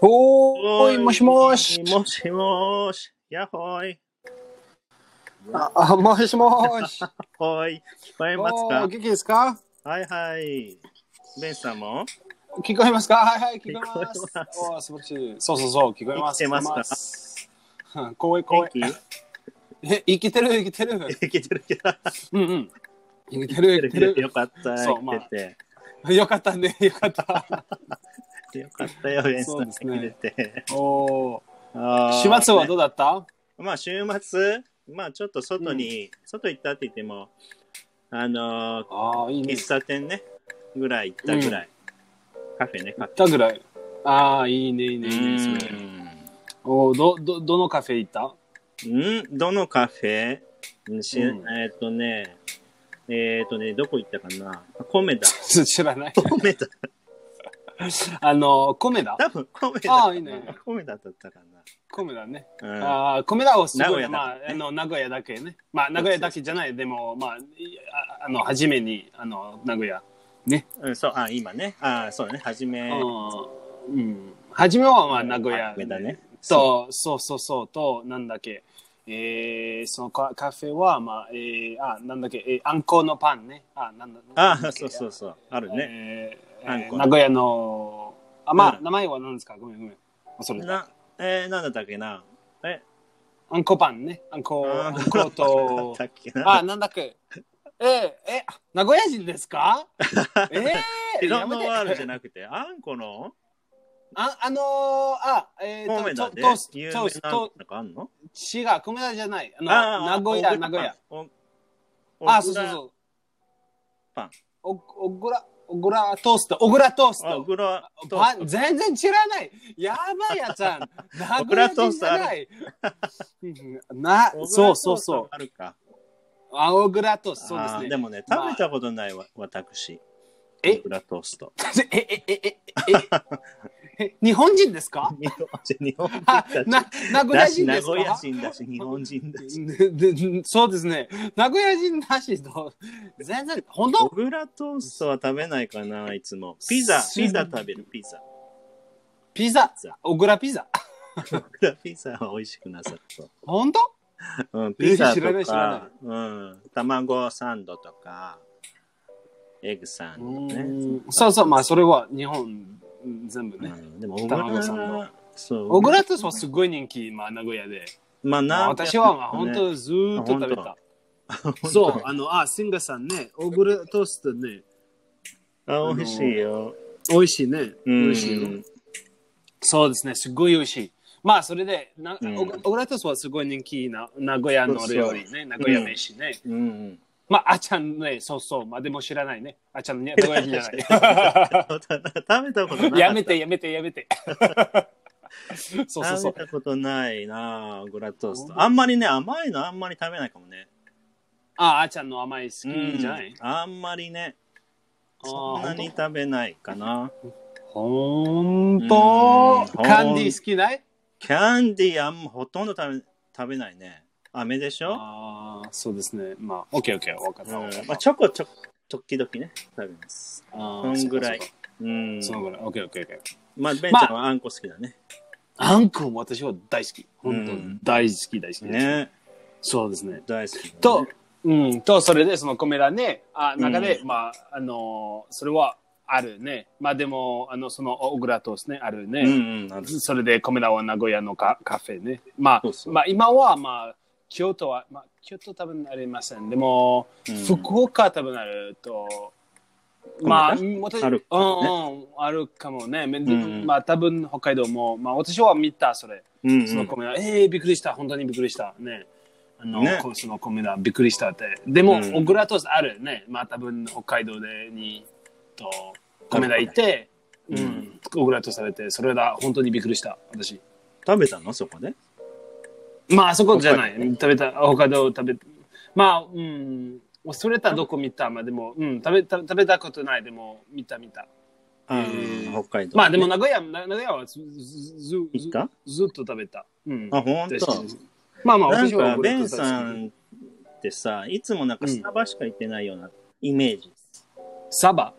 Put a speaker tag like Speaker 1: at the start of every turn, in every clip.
Speaker 1: お
Speaker 2: お
Speaker 1: ーい、もしもし。
Speaker 2: もしもし。やっほーい。
Speaker 1: あ、あもしもし。
Speaker 2: ほーい。聞こえます
Speaker 1: おー
Speaker 2: か
Speaker 1: お元気ですか
Speaker 2: はいはい。ベンさんも
Speaker 1: 聞こえますかはいはい、聞こえま
Speaker 2: 聞こ
Speaker 1: す
Speaker 2: えます。
Speaker 1: おー素晴らしい。そうそうそう、聞こえます。
Speaker 2: 生きてますか
Speaker 1: 聞こえますうん怖い
Speaker 2: 元
Speaker 1: 怖い。
Speaker 2: 気
Speaker 1: え、生きてる生きてる。
Speaker 2: 生きてるけど。
Speaker 1: うんうん。生きてる生きて
Speaker 2: よ
Speaker 1: る。
Speaker 2: かった。
Speaker 1: そう
Speaker 2: 生きて
Speaker 1: よかったね、よかった。
Speaker 2: て。よかったよ、ベンさん。
Speaker 1: そうですね
Speaker 2: 生きてて。
Speaker 1: おー
Speaker 2: あー
Speaker 1: 週末はどうだった
Speaker 2: まあ、週末、まあ、ちょっと外に、外行ったって言っても、あの
Speaker 1: ああ、いい
Speaker 2: ー、
Speaker 1: ね。
Speaker 2: 喫茶店ね、ぐらい行ったぐらい。カフェね、カフ
Speaker 1: 行ったぐらい。ああ、いいね、いいね、いいねそれ
Speaker 2: ェ。
Speaker 1: おーど、ど、どのカフェ行った
Speaker 2: んどのカフェんし
Speaker 1: うん
Speaker 2: えーっとね、えーっとね、どこ行ったかなあコメダ。
Speaker 1: 知らない。
Speaker 2: コメダ。
Speaker 1: あの、コメダ
Speaker 2: 多分コメダ。
Speaker 1: あーいいね
Speaker 2: コメダだったか
Speaker 1: コメダね。
Speaker 2: な。
Speaker 1: ああ、米田はす
Speaker 2: 名
Speaker 1: ご
Speaker 2: 古
Speaker 1: い、
Speaker 2: 屋だ
Speaker 1: まあ、あの、名古屋だけね。まあ、名古屋だけじゃない、でも、まあ、いああの、初めに、あの、名古屋。
Speaker 2: うん。うん、そう、あ、今ね。あーそうだね。はじめ。
Speaker 1: うんうん。初めは、まあ、名古屋。
Speaker 2: だね。
Speaker 1: と、
Speaker 2: そ
Speaker 1: そうそうそう、と、なんだっけ。えー、そのカカフェは、まあ、えー、あ、なんだっけ、えー、あんこうのパンね。あ、なんだ
Speaker 2: う。あーそうそうそう。ある
Speaker 1: う
Speaker 2: ね。
Speaker 1: ね。えー
Speaker 2: あ
Speaker 1: え
Speaker 2: んこ
Speaker 1: ー
Speaker 2: の
Speaker 1: 名古屋の、あ、まあ、
Speaker 2: うん
Speaker 1: 名前は何ですかごめんごめん。恐れた。
Speaker 2: な、えー、なんだったっけな。え、
Speaker 1: あんこパンね。あんこ、あん こと。
Speaker 2: だっけな。
Speaker 1: あ、なんだっけ。えー、え、名古屋人です かえー、
Speaker 2: いろんなワールじゃ
Speaker 1: い
Speaker 2: なくて、あんこの
Speaker 1: あ、あのー、あ、えー
Speaker 2: コメダ
Speaker 1: と、と
Speaker 2: で
Speaker 1: トースト、
Speaker 2: 有
Speaker 1: トー
Speaker 2: 名
Speaker 1: ス
Speaker 2: なの
Speaker 1: ト、
Speaker 2: かあんの
Speaker 1: 違う、米田じゃない。あの、名古屋、名古屋。。
Speaker 2: お
Speaker 1: あ、そうそうそう。
Speaker 2: パン。
Speaker 1: お、おぐら、おぐらトースト、おぐらトース
Speaker 2: あ、オ
Speaker 1: ト。
Speaker 2: クラトー
Speaker 1: パ
Speaker 2: ス
Speaker 1: ン全然知らない。やばいやつゃん。名
Speaker 2: おぐら
Speaker 1: 古
Speaker 2: ト
Speaker 1: 屋人
Speaker 2: ース
Speaker 1: じ
Speaker 2: トあ
Speaker 1: ゃ
Speaker 2: る
Speaker 1: ない。な
Speaker 2: ト。、
Speaker 1: そうそうそう
Speaker 2: オクラトーストあるか。
Speaker 1: う。あ、おぐらトースト、そうで
Speaker 2: あ
Speaker 1: す
Speaker 2: ー
Speaker 1: ね
Speaker 2: で。もね、食べたことないわ、私。
Speaker 1: え
Speaker 2: オクラトースト。
Speaker 1: え、え、え、え、え、 え、日本人です か
Speaker 2: 日本人日本人
Speaker 1: あ
Speaker 2: だし、
Speaker 1: な、名古屋
Speaker 2: だし、
Speaker 1: 人
Speaker 2: 名
Speaker 1: ですか
Speaker 2: 古屋人だし、日本人だし。
Speaker 1: でで そうですね。名古屋人だしと、全然、本
Speaker 2: オ
Speaker 1: 当
Speaker 2: クラトーストは食べないかな、いつも。ピザ、ピザ食べる、ピザ。
Speaker 1: ピザ
Speaker 2: ザ、
Speaker 1: 小倉ピザ。
Speaker 2: オクラピザは美味しくなさそう。
Speaker 1: 本当
Speaker 2: うん、ピザ
Speaker 1: 知らな
Speaker 2: と
Speaker 1: い知ら
Speaker 2: か、うん、卵サンドとか、エッグサンドね。
Speaker 1: そうそう、まあ、それは日本全部
Speaker 2: う
Speaker 1: ね。
Speaker 2: んでも、小倉
Speaker 1: 卵サ
Speaker 2: さ
Speaker 1: ンド
Speaker 2: んそう。
Speaker 1: 小倉トーストはすごい人気、まあ、名古屋で。
Speaker 2: まあ、な
Speaker 1: 私は、まあ、本当ずーっと食べ
Speaker 2: あ
Speaker 1: た。そう、あの、あ、シンガーさんね、小倉トーストね、
Speaker 2: あ、美味しいよ。
Speaker 1: 美味しいね。
Speaker 2: うん
Speaker 1: 美味しいよ。そうですね、すごい美味しい。まあ、それで、な
Speaker 2: うん
Speaker 1: オグオグラトーストはすごい人気な名古屋の料理ね、名古屋飯ね。
Speaker 2: うん。
Speaker 1: まあ、あちゃんね、そうそう、まあでも知らないね。あちゃんね、名古屋人じゃな。
Speaker 2: 食べたことない い。
Speaker 1: やめて、やめて、や めて。そうそうそ
Speaker 2: 食
Speaker 1: う
Speaker 2: べ。たことないな、グラトースト。あんまりね、甘いのあんまり食べないかもね。
Speaker 1: あ、あちゃんの甘い好きじゃない、
Speaker 2: あんまりね、
Speaker 1: あ
Speaker 2: そんなに
Speaker 1: ー
Speaker 2: 食べないかな。
Speaker 1: ほん
Speaker 2: うん
Speaker 1: とカンディー好きない
Speaker 2: キャンディーあんまほとんど食べ食べないね。飴でしょ
Speaker 1: ああ、そうですね。まあ、オッケーオッケー、わかっ
Speaker 2: う
Speaker 1: た。わかった
Speaker 2: ん。まあ、ちょこちょこ、時々ね、食べます。
Speaker 1: あ
Speaker 2: そ
Speaker 1: ー
Speaker 2: んぐらいうん。
Speaker 1: そうかそうかそのぐらい、オッケーオッケーオッケー。
Speaker 2: まあ、ベンちゃんはあんこ好きだね。
Speaker 1: あんこも私は大好き。本当、
Speaker 2: うん
Speaker 1: 大好き大好き。。
Speaker 2: ね。
Speaker 1: そうですね。
Speaker 2: 大好きだね。
Speaker 1: と、うん、と、それでそのコメラね、あ中で、
Speaker 2: う
Speaker 1: まあ、あのー、それはあるね。まあでも、あの、その、オグラトースね、ある
Speaker 2: うん
Speaker 1: ね。
Speaker 2: うん、ある
Speaker 1: それでコメラは名古屋のカカフェね。まあ、
Speaker 2: そうそう
Speaker 1: まあ今は、まあ、京都は、まあ、京都多分ありません。でも、
Speaker 2: うん
Speaker 1: 福岡多分あると、
Speaker 2: メラ
Speaker 1: まあ、私、
Speaker 2: あるか
Speaker 1: う
Speaker 2: もね
Speaker 1: ん、うん、あるかもね。
Speaker 2: ん
Speaker 1: まあ、多分北海道も、まあ、私は見た、それ。
Speaker 2: うんうん
Speaker 1: そのコメダ、えー、びっくりした、本当にびっくりした。ね。あの、
Speaker 2: ね
Speaker 1: こそのコメダ、びっくりしたって。でも、
Speaker 2: うん
Speaker 1: オグラトースあるね。まあ、多分北海道でに、と、コメダ行って、
Speaker 2: う
Speaker 1: うんん、オグラトースされて、それだ、本当にびっくりした、私。
Speaker 2: 食べたのそこで
Speaker 1: まあ、あそこじゃない。
Speaker 2: 北海
Speaker 1: 食べた、北海道食べ、まあ、うん、それたどこ見たまあ、でも、うん、食べた、食べたことない。でも、見た見た。
Speaker 2: うん北海道。
Speaker 1: まあ、でも、名古屋、名名古屋はず、ず、ず、
Speaker 2: 行
Speaker 1: ず
Speaker 2: った
Speaker 1: ずっと食べた。うん。
Speaker 2: あ、ほん
Speaker 1: 大好
Speaker 2: と
Speaker 1: きですまあまあ、
Speaker 2: な
Speaker 1: 私
Speaker 2: ん
Speaker 1: は
Speaker 2: か、
Speaker 1: オグ
Speaker 2: ベ
Speaker 1: ラトー
Speaker 2: ン
Speaker 1: ス大好き
Speaker 2: さんってさ、いつもなんかスタバしか行ってないようなイメージ。
Speaker 1: サバ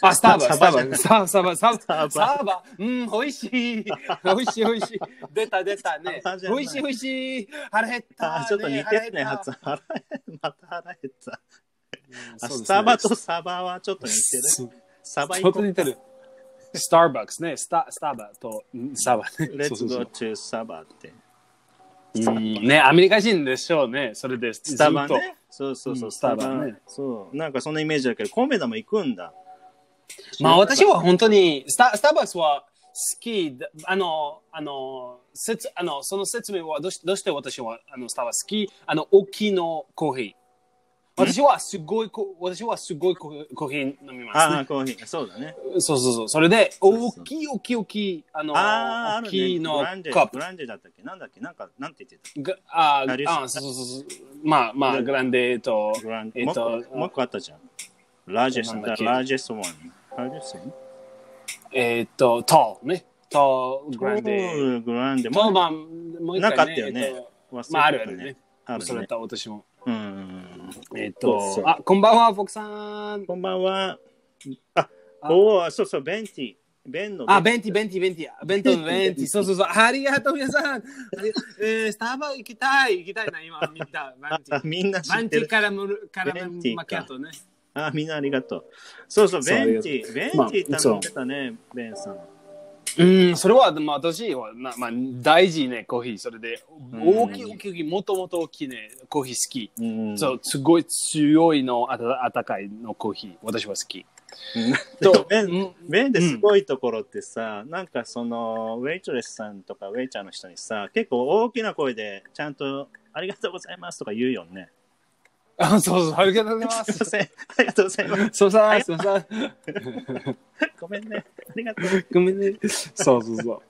Speaker 1: あ、スターバ、
Speaker 2: サ
Speaker 1: スタ
Speaker 2: バじゃ
Speaker 1: ー
Speaker 2: な
Speaker 1: バ、
Speaker 2: い
Speaker 1: スターバ、サーバ、
Speaker 2: バ
Speaker 1: サーバ、うん、美味しい、美味しい、美味しい、出た、出たね
Speaker 2: サバ、じゃ
Speaker 1: 美
Speaker 2: ない
Speaker 1: 味しい、美味しい、腹減った、
Speaker 2: あーちょっと似てる
Speaker 1: 腹減っ
Speaker 2: ね、発音。腹 減また腹減った。
Speaker 1: た
Speaker 2: あ
Speaker 1: そうですね
Speaker 2: スタバとサバはちょっと似てる。サバ
Speaker 1: ちょ
Speaker 2: 行
Speaker 1: っ
Speaker 2: ことう
Speaker 1: 似てる。スターバックスね、スタスターバとんサバね。
Speaker 2: レッツ
Speaker 1: そう
Speaker 2: ゴ
Speaker 1: そ
Speaker 2: ー
Speaker 1: う
Speaker 2: チューサバって。
Speaker 1: そううんね、アメリカ人でしょうね、それで
Speaker 2: ス
Speaker 1: ス
Speaker 2: タバね。そうそうそうう、
Speaker 1: ん
Speaker 2: スタ
Speaker 1: スタ
Speaker 2: バ
Speaker 1: バね。
Speaker 2: そう。なんかそんなイメージだけど、コメダも行くんだ。
Speaker 1: まあ私は本当にスタスターバックスは好きだあのあの説あのその説明はどうしどうして私はあのスターバックス好きあの大きいのコーヒー私はすごいこ私はすごいコーコーヒー飲みます
Speaker 2: あ
Speaker 1: ね
Speaker 2: あ、コーヒー。そうだね。
Speaker 1: そうそうそうそれで
Speaker 2: そうそう
Speaker 1: 大きい大きい大きいあの
Speaker 2: ああ、あ
Speaker 1: 大
Speaker 2: る
Speaker 1: きい
Speaker 2: ね。
Speaker 1: の
Speaker 2: グランジ
Speaker 1: カッ
Speaker 2: ェ、
Speaker 1: プ
Speaker 2: グランジェだったっけなんだっけなんか、なんて言って
Speaker 1: があ
Speaker 2: あり
Speaker 1: ー
Speaker 2: ます
Speaker 1: あそうそうそうまあまあグランデと
Speaker 2: たグラン
Speaker 1: え
Speaker 2: も
Speaker 1: っ
Speaker 2: う一
Speaker 1: と
Speaker 2: 個もう一個あったじゃん。ラージェス
Speaker 1: な
Speaker 2: ト、
Speaker 1: んだ
Speaker 2: ラ
Speaker 1: っけ
Speaker 2: ージェストワン。ラージェストワン
Speaker 1: えっとトールねトールグランデ
Speaker 2: おーグランデ。
Speaker 1: トー
Speaker 2: も
Speaker 1: ル
Speaker 2: う
Speaker 1: まあもう一回ね
Speaker 2: なんかあったよね
Speaker 1: えっと
Speaker 2: 忘れてた
Speaker 1: まああるあるね。
Speaker 2: あ
Speaker 1: そ
Speaker 2: る
Speaker 1: れ
Speaker 2: ね。
Speaker 1: と私も。
Speaker 2: うん。
Speaker 1: えっ
Speaker 2: そうそう
Speaker 1: と、あ、こんばんは、フォクさん。
Speaker 2: こんばんは。
Speaker 1: あ
Speaker 2: おお、そうそう、ベンティ。ベンの。
Speaker 1: あ、ベンティ、ベンティ、ベンティ、ベントのベ ンティ、そうそうそう、ありがとう、皆さん。ありえー、スタバ行きたい、行きたいな、今、見た、バンテ
Speaker 2: あ
Speaker 1: ィ。
Speaker 2: みんな 知
Speaker 1: バ
Speaker 2: っ
Speaker 1: ン
Speaker 2: て
Speaker 1: ティ
Speaker 2: る。
Speaker 1: カラムル、カラ
Speaker 2: ベン
Speaker 1: ム
Speaker 2: ティか
Speaker 1: マキャットね。
Speaker 2: あ、みんなありがとう。そうそう、
Speaker 1: そう
Speaker 2: ベンティ。ベンテ
Speaker 1: まあ
Speaker 2: ィ頼んでたね、ベンさん。
Speaker 1: うん、それは、まあ、私は、なまあ、大事ね、コーヒー。それで、
Speaker 2: ん
Speaker 1: 大きい、大きい大きい、もともと大きいね、コーヒー好き。
Speaker 2: うん
Speaker 1: そう、すごい強いの、あた、あたかいのコーヒー。私は好き。
Speaker 2: と
Speaker 1: と
Speaker 2: ベ
Speaker 1: う
Speaker 2: ン
Speaker 1: ん
Speaker 2: ベンですごいところってさ、なんかそのウェイトレスさんとかウェイチャーの人にさ結構大きな声でちゃんと「ありがとうございます」とか言うよね。
Speaker 1: あ、そうそう、ありがとうございます
Speaker 2: い
Speaker 1: す
Speaker 2: ま。せんありがとうございます。
Speaker 1: そうさ、そうさ。
Speaker 2: ごめんね。ありがとう。
Speaker 1: ごめんね。そうそうそ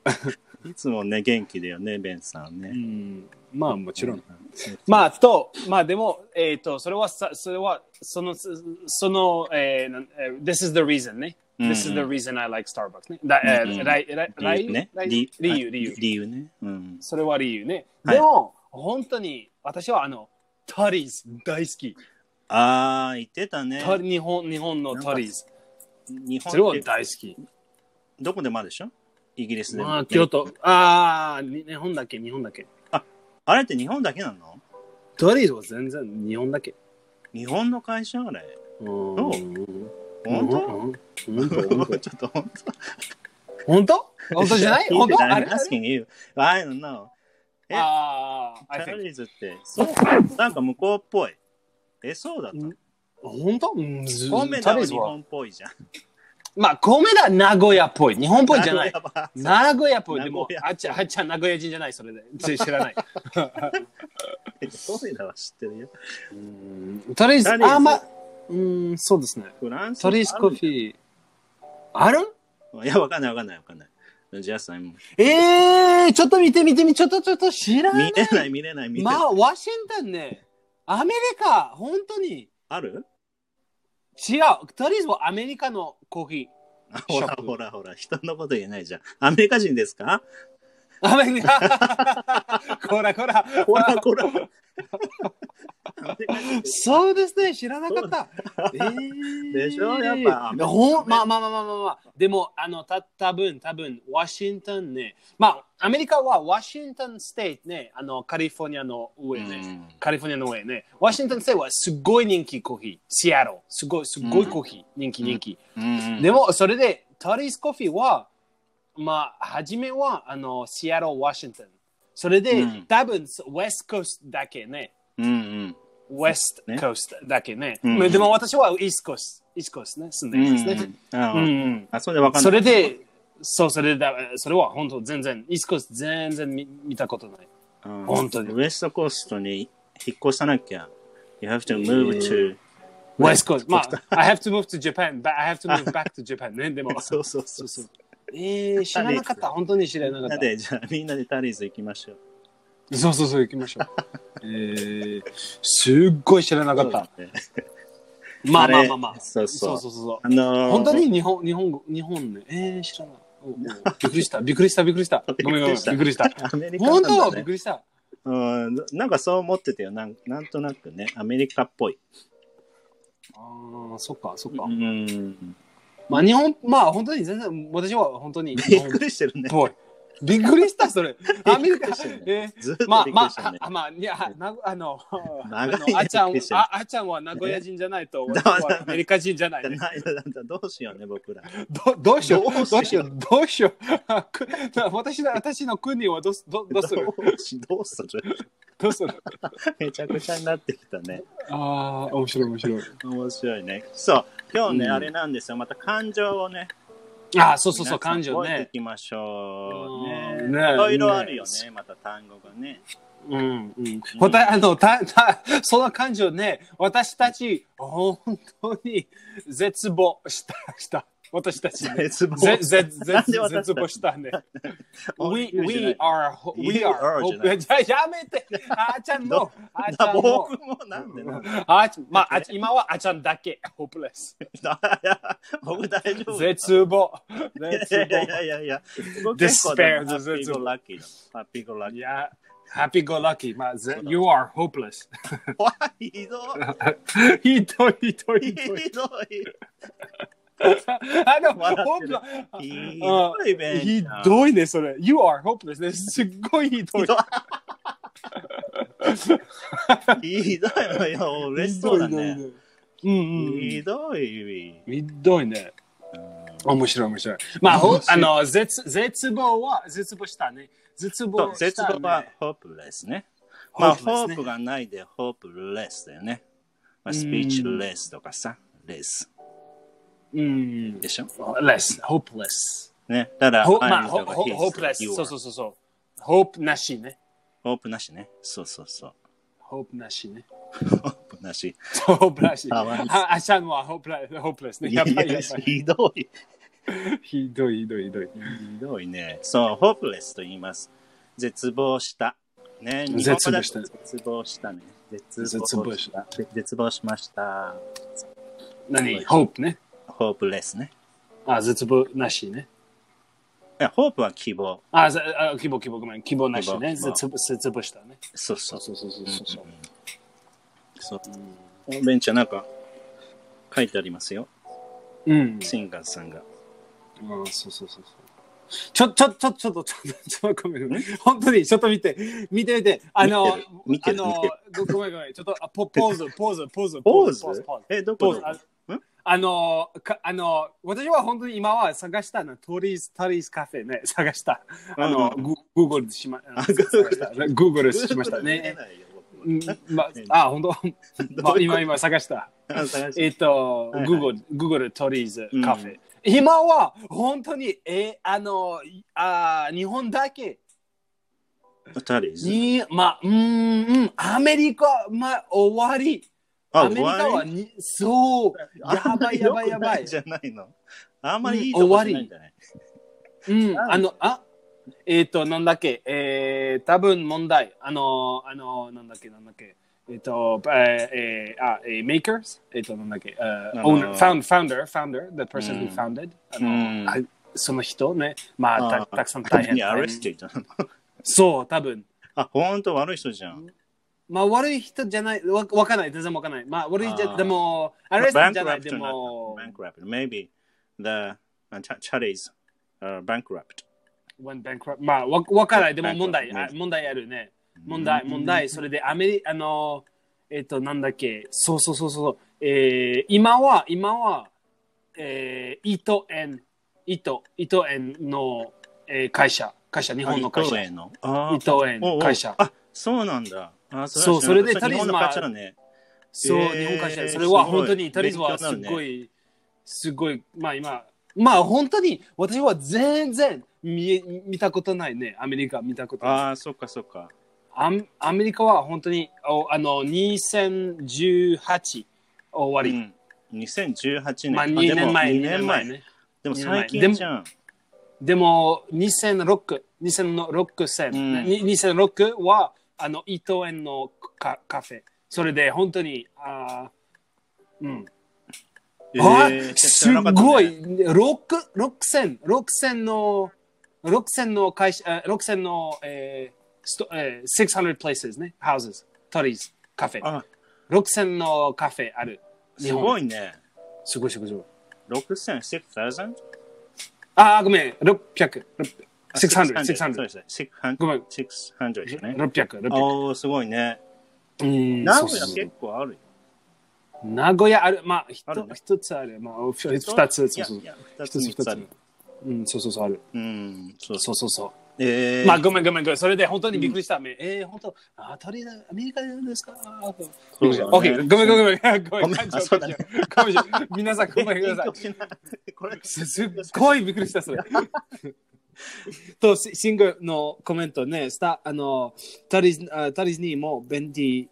Speaker 1: う。
Speaker 2: いつもね元気だよねベンさん
Speaker 1: う
Speaker 2: ね。
Speaker 1: ん、まあもちろん。
Speaker 2: ま
Speaker 1: まあと、まあでも、えっ、と、それはさ、それは、その、そその、えーなんえー This is the reason ね。
Speaker 2: うんうん
Speaker 1: This is the reason I like Starbucks ね。だえ
Speaker 2: うんうん
Speaker 1: ーらいらい
Speaker 2: あ
Speaker 1: らい
Speaker 2: ね
Speaker 1: らい
Speaker 2: 理
Speaker 1: 理由、
Speaker 2: あ
Speaker 1: 理由。
Speaker 2: 理由ね。うん。
Speaker 1: それは理由ね。
Speaker 2: はい
Speaker 1: でも、本当に、私はあの、トリーズ大好き。
Speaker 2: ああ言ってたね。
Speaker 1: トリ日本、日本のトリーズ。
Speaker 2: 日
Speaker 1: それ
Speaker 2: 本
Speaker 1: は
Speaker 2: って
Speaker 1: 大好き。
Speaker 2: どこでまでしょイギリスでも。
Speaker 1: まあ、京都。ああ、に日本だけ、日本だけ。
Speaker 2: あれって日本だけなの
Speaker 1: トリーズは全然日本だけ。
Speaker 2: 日本の会社あれ。
Speaker 1: うん
Speaker 2: 本当、
Speaker 1: 当本当本当
Speaker 2: ちょっと本当
Speaker 1: 本当本当じゃ ない本当あ
Speaker 2: I'm
Speaker 1: れ
Speaker 2: asking you. I don't know. え
Speaker 1: ああ、
Speaker 2: チ
Speaker 1: I
Speaker 2: ャ
Speaker 1: think.
Speaker 2: ーリーズって、そう。なんか向こうっぽい。え、そうだった。
Speaker 1: 本当うんず
Speaker 2: コメダは
Speaker 1: タリ
Speaker 2: 日
Speaker 1: ズは
Speaker 2: 本っぽいじゃん。
Speaker 1: まあ、米田名古屋っぽい。日本っぽいじゃない
Speaker 2: 名。古屋は
Speaker 1: 名古屋っぽい。でも
Speaker 2: 名古、屋
Speaker 1: あっちゃん、あっちゃん名古屋人じゃない、それで。つい知ら ない。
Speaker 2: えコメダは知ってるよ。
Speaker 1: うんとりあえず、
Speaker 2: タリーズ
Speaker 1: あ、まあ、うん、そうですね。
Speaker 2: フランス
Speaker 1: とりあえずコーヒー。ある
Speaker 2: ー。いや、わかんないわかんないわかんない。ジャスさん、見
Speaker 1: えー、ちょっと見て見て見て、ちょっとちょっと知らない。
Speaker 2: れない見れない見れない。
Speaker 1: まあ、ワシントンね。アメリカ、本当に。
Speaker 2: ある
Speaker 1: 違う。とりあえずはアメリカのコーヒー。
Speaker 2: あほ
Speaker 1: ショ
Speaker 2: ら
Speaker 1: ップ
Speaker 2: ほらほら、人のこと言えないじゃん。アメリカ人ですか
Speaker 1: アメリ カ。こらこら。
Speaker 2: ほらほら。アメリカ人です
Speaker 1: そうですね、知らなかった。えー
Speaker 2: でしょやっぱ
Speaker 1: ほんまあまあまあまあまあ、まあ、でも、あの、た多分多分ワシントンね。まあ、アメリカはワシントンステイトね、あの、カリフォルニアの上ね。
Speaker 2: うん
Speaker 1: カリフォルニアの上ね。ワシントンステイトはすごい人気コーヒー。シアトル。すごい、すごいコーヒー。人気、人気。
Speaker 2: うん
Speaker 1: でも、それで、タリーズコーヒーは、まあ、初めは、あの、シアトル、ワシントン。それで、
Speaker 2: うん
Speaker 1: 多分、ウェストコーストだけね。
Speaker 2: うんうん。
Speaker 1: ウェストコーストだけね。
Speaker 2: うん
Speaker 1: でも私はイーストコースト、イーストコーストね、住んでるんですね。
Speaker 2: うん
Speaker 1: うん
Speaker 2: うん
Speaker 1: うん
Speaker 2: あ、それでわかんない。
Speaker 1: それで、そう、それだ、それは本当全然、イーストコースト全然見見たことない。
Speaker 2: うん、
Speaker 1: 本当に
Speaker 2: ウエストコーストに引っ越さなきゃ。You have to move to、
Speaker 1: ウェストコースト。まあ、I have to move to Japan, but I have to move back to Japan ね。でも、
Speaker 2: そうそうそうそう。
Speaker 1: えー、知らなかった。本当に知らな
Speaker 2: み
Speaker 1: か
Speaker 2: んな
Speaker 1: っ
Speaker 2: で、じゃあみんなでタリーズ行きましょう。
Speaker 1: た。そうそうそう、行きまし ょう。えー、すっごい知らなかった。
Speaker 2: そうだね
Speaker 1: まあま
Speaker 2: あ
Speaker 1: あ
Speaker 2: れ
Speaker 1: まあまあ。
Speaker 2: そうそ
Speaker 1: そううそうそう。
Speaker 2: あのー
Speaker 1: 本当に日本、日本語、日本ね。えー、知らない。おおびっくりした、びっくりした、びっくり した。ごめんごめん、びっくりした。
Speaker 2: アメリカな
Speaker 1: 本
Speaker 2: んだ
Speaker 1: 当
Speaker 2: ね
Speaker 1: びっくりした。
Speaker 2: うん、なんかそう思ってたよなん。なんとなくね、アメリカっぽい。
Speaker 1: ああ、そっか、そっか。
Speaker 2: うん。
Speaker 1: まあ、日本、まあ、本当に全然、私は本当に
Speaker 2: び
Speaker 1: 日
Speaker 2: っ
Speaker 1: 本っ
Speaker 2: くりしてるね。
Speaker 1: ぽい。びっくりした、 それ。アメリカ
Speaker 2: びっくりしてる。
Speaker 1: え
Speaker 2: ずっと
Speaker 1: ーまあ、
Speaker 2: びっく
Speaker 1: ま
Speaker 2: りした
Speaker 1: あ
Speaker 2: ね、。
Speaker 1: あまあ、いや、なあの、あ
Speaker 2: 長いね
Speaker 1: のあちゃん
Speaker 2: びっくりしてる
Speaker 1: あ、あちゃんは名古屋人じゃないと、
Speaker 2: ね
Speaker 1: 私はアメリカ人じゃない
Speaker 2: じゃ
Speaker 1: ね。
Speaker 2: ないなんだどうしようね、僕ら。
Speaker 1: どどうしよう、
Speaker 2: ど
Speaker 1: ど
Speaker 2: う
Speaker 1: う
Speaker 2: しよう
Speaker 1: しよう、どうしよう。 く私の私の国はどうすどどうする
Speaker 2: どうしどうする
Speaker 1: どうする
Speaker 2: めちゃくちゃになってきたね。
Speaker 1: ああ、面白い面白い。
Speaker 2: 面白いね。そう、今日ね、
Speaker 1: うん
Speaker 2: あれなんですよ。また感情をね、
Speaker 1: ああ、そうそうそう、
Speaker 2: 皆さん
Speaker 1: 感情
Speaker 2: 覚えてい
Speaker 1: ね。
Speaker 2: きましょうね。
Speaker 1: うん
Speaker 2: い
Speaker 1: ね
Speaker 2: ろいろあるよね
Speaker 1: ね
Speaker 2: また単語がね。
Speaker 1: うんうん。ほた、あの、た、た、その感情ね、私たち、本当に絶望した、した。私たち、ね。
Speaker 2: 絶望。
Speaker 1: ぜ、ぜ、ぜ
Speaker 2: なん、で私たち
Speaker 1: 絶望した ね。we,
Speaker 2: 言うじゃな
Speaker 1: we
Speaker 2: い
Speaker 1: are, we
Speaker 2: You
Speaker 1: are,
Speaker 2: are じゃない
Speaker 1: hope- じゃやめてあーちゃんの、あーちゃんの
Speaker 2: 僕、もなんでなんで
Speaker 1: あーちまあ、あ今はあーちゃんだけ、hopeless。
Speaker 2: 僕大丈夫。
Speaker 1: 絶 望。
Speaker 2: い
Speaker 1: 絶
Speaker 2: やいやい
Speaker 1: 望。
Speaker 2: やいやいや。僕結構
Speaker 1: Despair
Speaker 2: でもハッピー
Speaker 1: 絶
Speaker 2: ゴ
Speaker 1: 望
Speaker 2: ーラッ キーだ。ハッピーゴーラ
Speaker 1: い
Speaker 2: ッキー。
Speaker 1: や、happy go lucky。まあ、ぜ you are hopeless。
Speaker 2: わあひど
Speaker 1: ひどい、ひどい、
Speaker 2: い。
Speaker 1: ひ
Speaker 2: ひ
Speaker 1: どい。
Speaker 2: どい。
Speaker 1: あの、
Speaker 2: 笑ってる
Speaker 1: ほんと、
Speaker 2: ひ
Speaker 1: あ
Speaker 2: どい、ベンち
Speaker 1: ひ
Speaker 2: ゃん。
Speaker 1: どいね、それ。You are hopeless ね。すっごいひどい。
Speaker 2: ひどいのよ。嬉しそうだね。
Speaker 1: ひどいね。うんうん。
Speaker 2: ひどい。
Speaker 1: ひどいね。面白い面白い。まあ、ほ
Speaker 2: 面白
Speaker 1: あ
Speaker 2: い
Speaker 1: の、絶絶望は、絶望したね。絶
Speaker 2: そ
Speaker 1: 望
Speaker 2: う
Speaker 1: した、ね。
Speaker 2: 絶望はホープレスね。まあ、
Speaker 1: ホー
Speaker 2: ホ
Speaker 1: プレスね
Speaker 2: ープがないでホープレスだよね。まあ、スピーチレスとかさ、レス
Speaker 1: うん。
Speaker 2: でしょ。
Speaker 1: less, hopeless.
Speaker 2: ね。だから、
Speaker 1: ほまあ、
Speaker 2: I'm
Speaker 1: ほ
Speaker 2: とか
Speaker 1: ほ
Speaker 2: his とか
Speaker 1: hopeless.
Speaker 2: you
Speaker 1: そう
Speaker 2: are
Speaker 1: そうそうそう。hope なしね。
Speaker 2: ホープなしね。そうそうそう。
Speaker 1: hope なしね。
Speaker 2: ホープなし。
Speaker 1: hope なし。
Speaker 2: かわいい
Speaker 1: ああちゃんは hopeless, hopeless ね。
Speaker 2: い
Speaker 1: や
Speaker 2: や
Speaker 1: ばいやばい。
Speaker 2: ひどい。
Speaker 1: ひどいひどいひどい。
Speaker 2: ひどいね。そう、ホープレスと言います。絶望した。ね、日本語だと絶望したね。絶望した。絶望しました。
Speaker 1: 何 No ?hope ね。
Speaker 2: ホープレスね。
Speaker 1: あ、絶望なしね。
Speaker 2: いやホープは希望。
Speaker 1: あ、ぜあ希望希望ごめん。希望なしね。
Speaker 2: 希望
Speaker 1: 絶望絶望したね。
Speaker 2: そうそう
Speaker 1: そうそうそうそうそう。
Speaker 2: そう。ベンチャーなんか書いてありますよ。
Speaker 1: うん。
Speaker 2: シンガーさんが。
Speaker 1: あそうそうそうそう。ちょ、ちょ、ちょ、ちょっと、ちょっと、ちょっと、ごめんごめん。本当に、ちょっと見て、見て見て、あの、
Speaker 2: 見て
Speaker 1: あ
Speaker 2: る見
Speaker 1: の
Speaker 2: てる、
Speaker 1: ごごめんごめん、ちょっと、あポポーズ、ポーズ、ポーズ、
Speaker 2: ポーズ
Speaker 1: ポーズ。
Speaker 2: え、ど
Speaker 1: ポ
Speaker 2: こ
Speaker 1: ーズ
Speaker 2: だ
Speaker 1: あ
Speaker 2: ん
Speaker 1: あのか、あの、私は本当に今は探したの、トリーズ、トリーズカフェね、探した。あの、
Speaker 2: うん
Speaker 1: グーグルしま、 あ
Speaker 2: グーグル
Speaker 1: グーグルしました ね。。うんまあ、あ、本当、まあ、今、今探した。
Speaker 2: 探して
Speaker 1: えっと、
Speaker 2: はいはい
Speaker 1: Google、Google トリーズ
Speaker 2: うん
Speaker 1: カフェ。今は本当に、えーあの、あー日本だけ
Speaker 2: 二人。
Speaker 1: に、まあ、うーん、うんアメリカ、まあ、終わり。
Speaker 2: あ、
Speaker 1: アメリカはに、そう、やばいやばいやばい
Speaker 2: じ。ゃないの。あんまりいいとこじゃないんじゃない
Speaker 1: うん、
Speaker 2: なんで
Speaker 1: あの、あ、えっ、と、なんだっけ、えー、多分問題、あの、あの、なんだっけ、なんだっけ、えっ、と、えー、えー、あ、えー、makers? えっ、と、なんだっけ、
Speaker 2: あ
Speaker 1: えー、owner,
Speaker 2: の
Speaker 1: found, founder, founder, the person
Speaker 2: うん
Speaker 1: who founded, あ
Speaker 2: うん
Speaker 1: の、あその人ね、まあ、
Speaker 2: あ
Speaker 1: たたくさん大変。
Speaker 2: アレステじゃん。
Speaker 1: そう、多分。
Speaker 2: あ、ほんと悪い人じゃん。
Speaker 1: まあ、悪い人じゃない、わわかんない、全然わかんない。まあ、悪いじ
Speaker 2: あ
Speaker 1: ゃ、
Speaker 2: ー
Speaker 1: でも、アレスじゃない、でも、
Speaker 2: bankrupt. Maybe the Charlie's bankrupt.
Speaker 1: went bankrupt まあ、わわからない、でも
Speaker 2: Bankrupt
Speaker 1: 問題、
Speaker 2: ね
Speaker 1: あ問題あるね。問題、問題、それでアメリあの、えっと、なんだっけ、そうそうそうそう、えー、今は、今は、えー、イトエン、イト、イトエンの、えー、会社、会社、日
Speaker 2: 日
Speaker 1: 本の会社、イ
Speaker 2: の。あー
Speaker 1: トエン
Speaker 2: おうおう
Speaker 1: 会社。
Speaker 2: あそうなんだ。あ
Speaker 1: そうそれで
Speaker 2: タ
Speaker 1: タ
Speaker 2: リ
Speaker 1: リ
Speaker 2: ズ
Speaker 1: ズ
Speaker 2: 日本の
Speaker 1: まあ
Speaker 2: 会社だね。
Speaker 1: そう、
Speaker 2: えー
Speaker 1: 日本会社、それ
Speaker 2: す
Speaker 1: は
Speaker 2: ごい
Speaker 1: 本当に、タリズはす
Speaker 2: 勉強にな
Speaker 1: ご
Speaker 2: る
Speaker 1: い、すごい、まあ今、まあ本当に、私は全然見え見たことないね、アメリカ見たことない。
Speaker 2: ああ、そっかそっか。
Speaker 1: アメアメリカは本当におあの2018終わ
Speaker 2: う
Speaker 1: り、
Speaker 2: ん、2018年。
Speaker 1: まあ、
Speaker 2: でも
Speaker 1: 2年前
Speaker 2: 二
Speaker 1: 二
Speaker 2: 年
Speaker 1: 年
Speaker 2: 前
Speaker 1: 前ね
Speaker 2: でも
Speaker 1: 二年前
Speaker 2: 最近じゃん。
Speaker 1: でも2006 2006戦、
Speaker 2: うん
Speaker 1: に2006はあの伊藤園のカカフェそれで本当にあーうん、
Speaker 2: え
Speaker 1: あ
Speaker 2: ー
Speaker 1: すご。
Speaker 2: 知らなかったね
Speaker 1: い六六戦六戦の六戦の会社あ六戦のえーストえー、600 places ね houses tories カフェ
Speaker 2: あ
Speaker 1: 6000のカフェある。
Speaker 2: すごいね。
Speaker 1: すごいすごいすごい。
Speaker 2: 6000、6000?
Speaker 1: ああ、ごめん。600。600。
Speaker 2: そう
Speaker 1: 600。
Speaker 2: ですね。600
Speaker 1: ごめん。
Speaker 2: 600ですね。
Speaker 1: 600。600。
Speaker 2: おー、すごいね。
Speaker 1: うん
Speaker 2: 名
Speaker 1: そうそ
Speaker 2: 古
Speaker 1: う
Speaker 2: 屋
Speaker 1: そう
Speaker 2: 結構あるよ。
Speaker 1: 名古屋ある。まあ、ひ
Speaker 2: ある
Speaker 1: と
Speaker 2: ね
Speaker 1: 一つある。まあ、おふ二つ。そうそう
Speaker 2: い。やいや二つ、
Speaker 1: 一つ二
Speaker 2: 三つ
Speaker 1: つ
Speaker 2: ある。。
Speaker 1: うん、そうそうそうある。
Speaker 2: うん、そう
Speaker 1: そ
Speaker 2: そ
Speaker 1: うそうそう。
Speaker 2: う。えー、
Speaker 1: まあ、ごめんごめんごめん。それで本当にびっくりした。えー、本当、あ、鳥だ、アメリカですか
Speaker 2: そ
Speaker 1: オ
Speaker 2: う
Speaker 1: ッ
Speaker 2: だね
Speaker 1: ケー、ごめんごめんごめん。 ごめん、
Speaker 2: ごめん
Speaker 1: 感情
Speaker 2: あそうだね
Speaker 1: 感情感情皆さんごめんください。
Speaker 2: い。これ、
Speaker 1: すすっごいびっくりした、それ。と、シシングルのコメントね、スタあのタリズあタリズニーも便利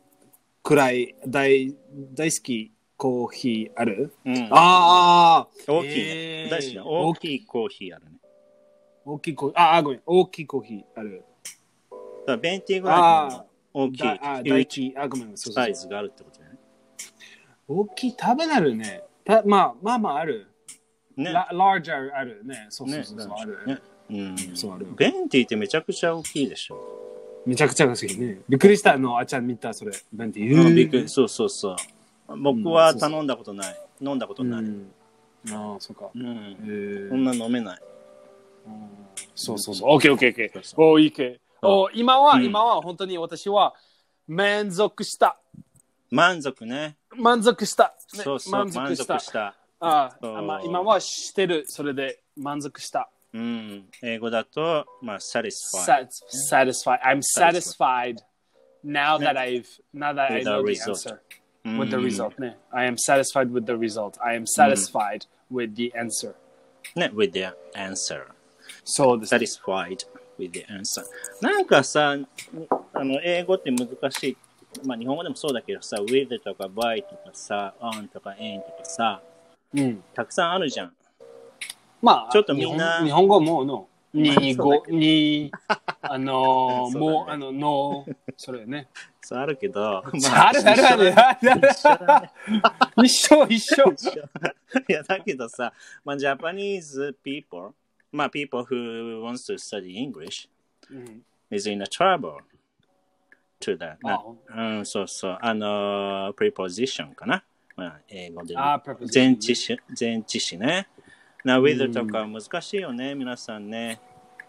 Speaker 1: くらい大大好きコーヒーある、
Speaker 2: うん、
Speaker 1: ああ
Speaker 2: 大きい
Speaker 1: え
Speaker 2: ね。
Speaker 1: ー
Speaker 2: 大好きな大きいコーヒーあるね。
Speaker 1: 大きいコーヒー、ああ、ごめん、大きいコーヒーある。
Speaker 2: だからベンティーぐらい
Speaker 1: あ
Speaker 2: の大きい
Speaker 1: だあ
Speaker 2: 大
Speaker 1: 大
Speaker 2: きい
Speaker 1: きい、あ、ごめん、そうそ
Speaker 2: サイ
Speaker 1: う
Speaker 2: ズ
Speaker 1: そう。
Speaker 2: があるってことだよね。
Speaker 1: 大きい、食べなるね。たまあまあまあある。
Speaker 2: ね。
Speaker 1: ララージャーあるね。そうそう
Speaker 2: ね
Speaker 1: そうそう、ある。
Speaker 2: ねうん、
Speaker 1: そうある
Speaker 2: ベンティーってめちゃくちゃ大きいでしょ。
Speaker 1: めちゃくちゃ好きね。びっくりした、あの、あちゃん見た、それ。なんて言
Speaker 2: う
Speaker 1: う。
Speaker 2: んびっくりそうそうそう。僕は頼んだことない。飲んだことない。
Speaker 1: うん、ああ、そうか。
Speaker 2: うん
Speaker 1: え
Speaker 2: こんな飲めない。
Speaker 1: そうそうそう。オッケーオッケーオッケ
Speaker 2: そう
Speaker 1: ー。
Speaker 2: そう
Speaker 1: おーいいけ。おー今は、
Speaker 2: うん
Speaker 1: 今は本当に私は満足した。
Speaker 2: 満足ね。
Speaker 1: 満足した。ね
Speaker 2: そうそう、満足した。
Speaker 1: あ
Speaker 2: そう
Speaker 1: ーあ、まあ、今はしてる。それで満足した。
Speaker 2: うん。英語だと、まあ、satisfied
Speaker 1: Sat- Satisfied. I'm satisfied now that I've now that I
Speaker 2: With the
Speaker 1: know the
Speaker 2: result.
Speaker 1: answer
Speaker 2: Mm. うん。
Speaker 1: with the result. ね I am satisfied with the result. I
Speaker 2: Mm.
Speaker 1: am satisfied with the answer.
Speaker 2: ね、with the answer.
Speaker 1: そうです。
Speaker 2: satisfied with the answer. なんかさ、にあの英語って難しい。まあ日本語でもそうだけどさ、with とか by とかさ、on とか in とかさ、
Speaker 1: うん。
Speaker 2: たくさんあるじゃん。
Speaker 1: まあ、
Speaker 2: ちょっとみんな
Speaker 1: 日本日本語もの、に、
Speaker 2: そうだ
Speaker 1: ご、 に、あのー、
Speaker 2: そうだね
Speaker 1: もう、あの、の、それ ね。
Speaker 2: そうある けど、
Speaker 1: あるあるあるあるある
Speaker 2: 一緒だね
Speaker 1: 一緒一緒。
Speaker 2: 一緒 いや、だけどさ、まあ Japanese people, まあ people who wants to study English
Speaker 1: うん。
Speaker 2: is in a trouble to that. な
Speaker 1: Oh.
Speaker 2: うん、そうそう。あの、preposition かな。まあ英語で言うと
Speaker 1: あー、プロポ
Speaker 2: 前置詞、前置詞ね。な、with とか難しいよね、皆さんね。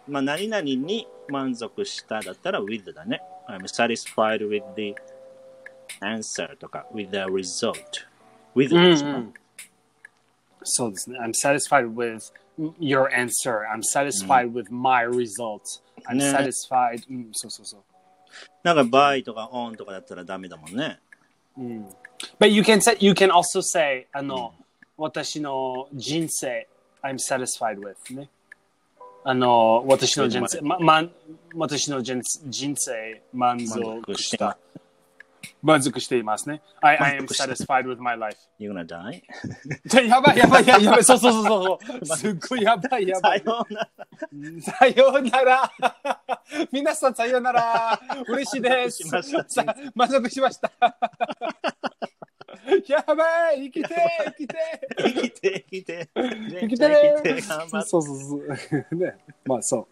Speaker 2: まあ、何々に満足しただったら with だね。I'm satisfied with the answer とか、with the result。with
Speaker 1: うんう
Speaker 2: ですか
Speaker 1: ん。そうですね。I'm satisfied with your answer. I'm satisfied with my result. I'm
Speaker 2: ね
Speaker 1: satisfied. Mm, うん、そうそうそう。
Speaker 2: なんか by とか on とかだったらダメだもんね。
Speaker 1: うん。But Mm. you can say, you can also say, "Ah, あの、私の人生、I'm satisfied with Ah, ね。あの、私の人生、ま、ま、私の人人生、満足し
Speaker 2: 満
Speaker 1: た。満足していますね。I, I am
Speaker 2: 満足した
Speaker 1: satisfied with my life.
Speaker 2: You're gonna die?
Speaker 1: じゃやばいやばいやばいやばい。そうそうそうそうそう。すっごいやばいやば
Speaker 2: さ
Speaker 1: い。
Speaker 2: ようなら。
Speaker 1: さようなら。 皆さんさようなら。嬉しいです。
Speaker 2: 満足しました
Speaker 1: さ満足しました。 やばい生きて生きて
Speaker 2: 生きて、生きて。生
Speaker 1: 生きてね
Speaker 2: 生きて、頑張って。
Speaker 1: そうそうそう。 ね、まあそ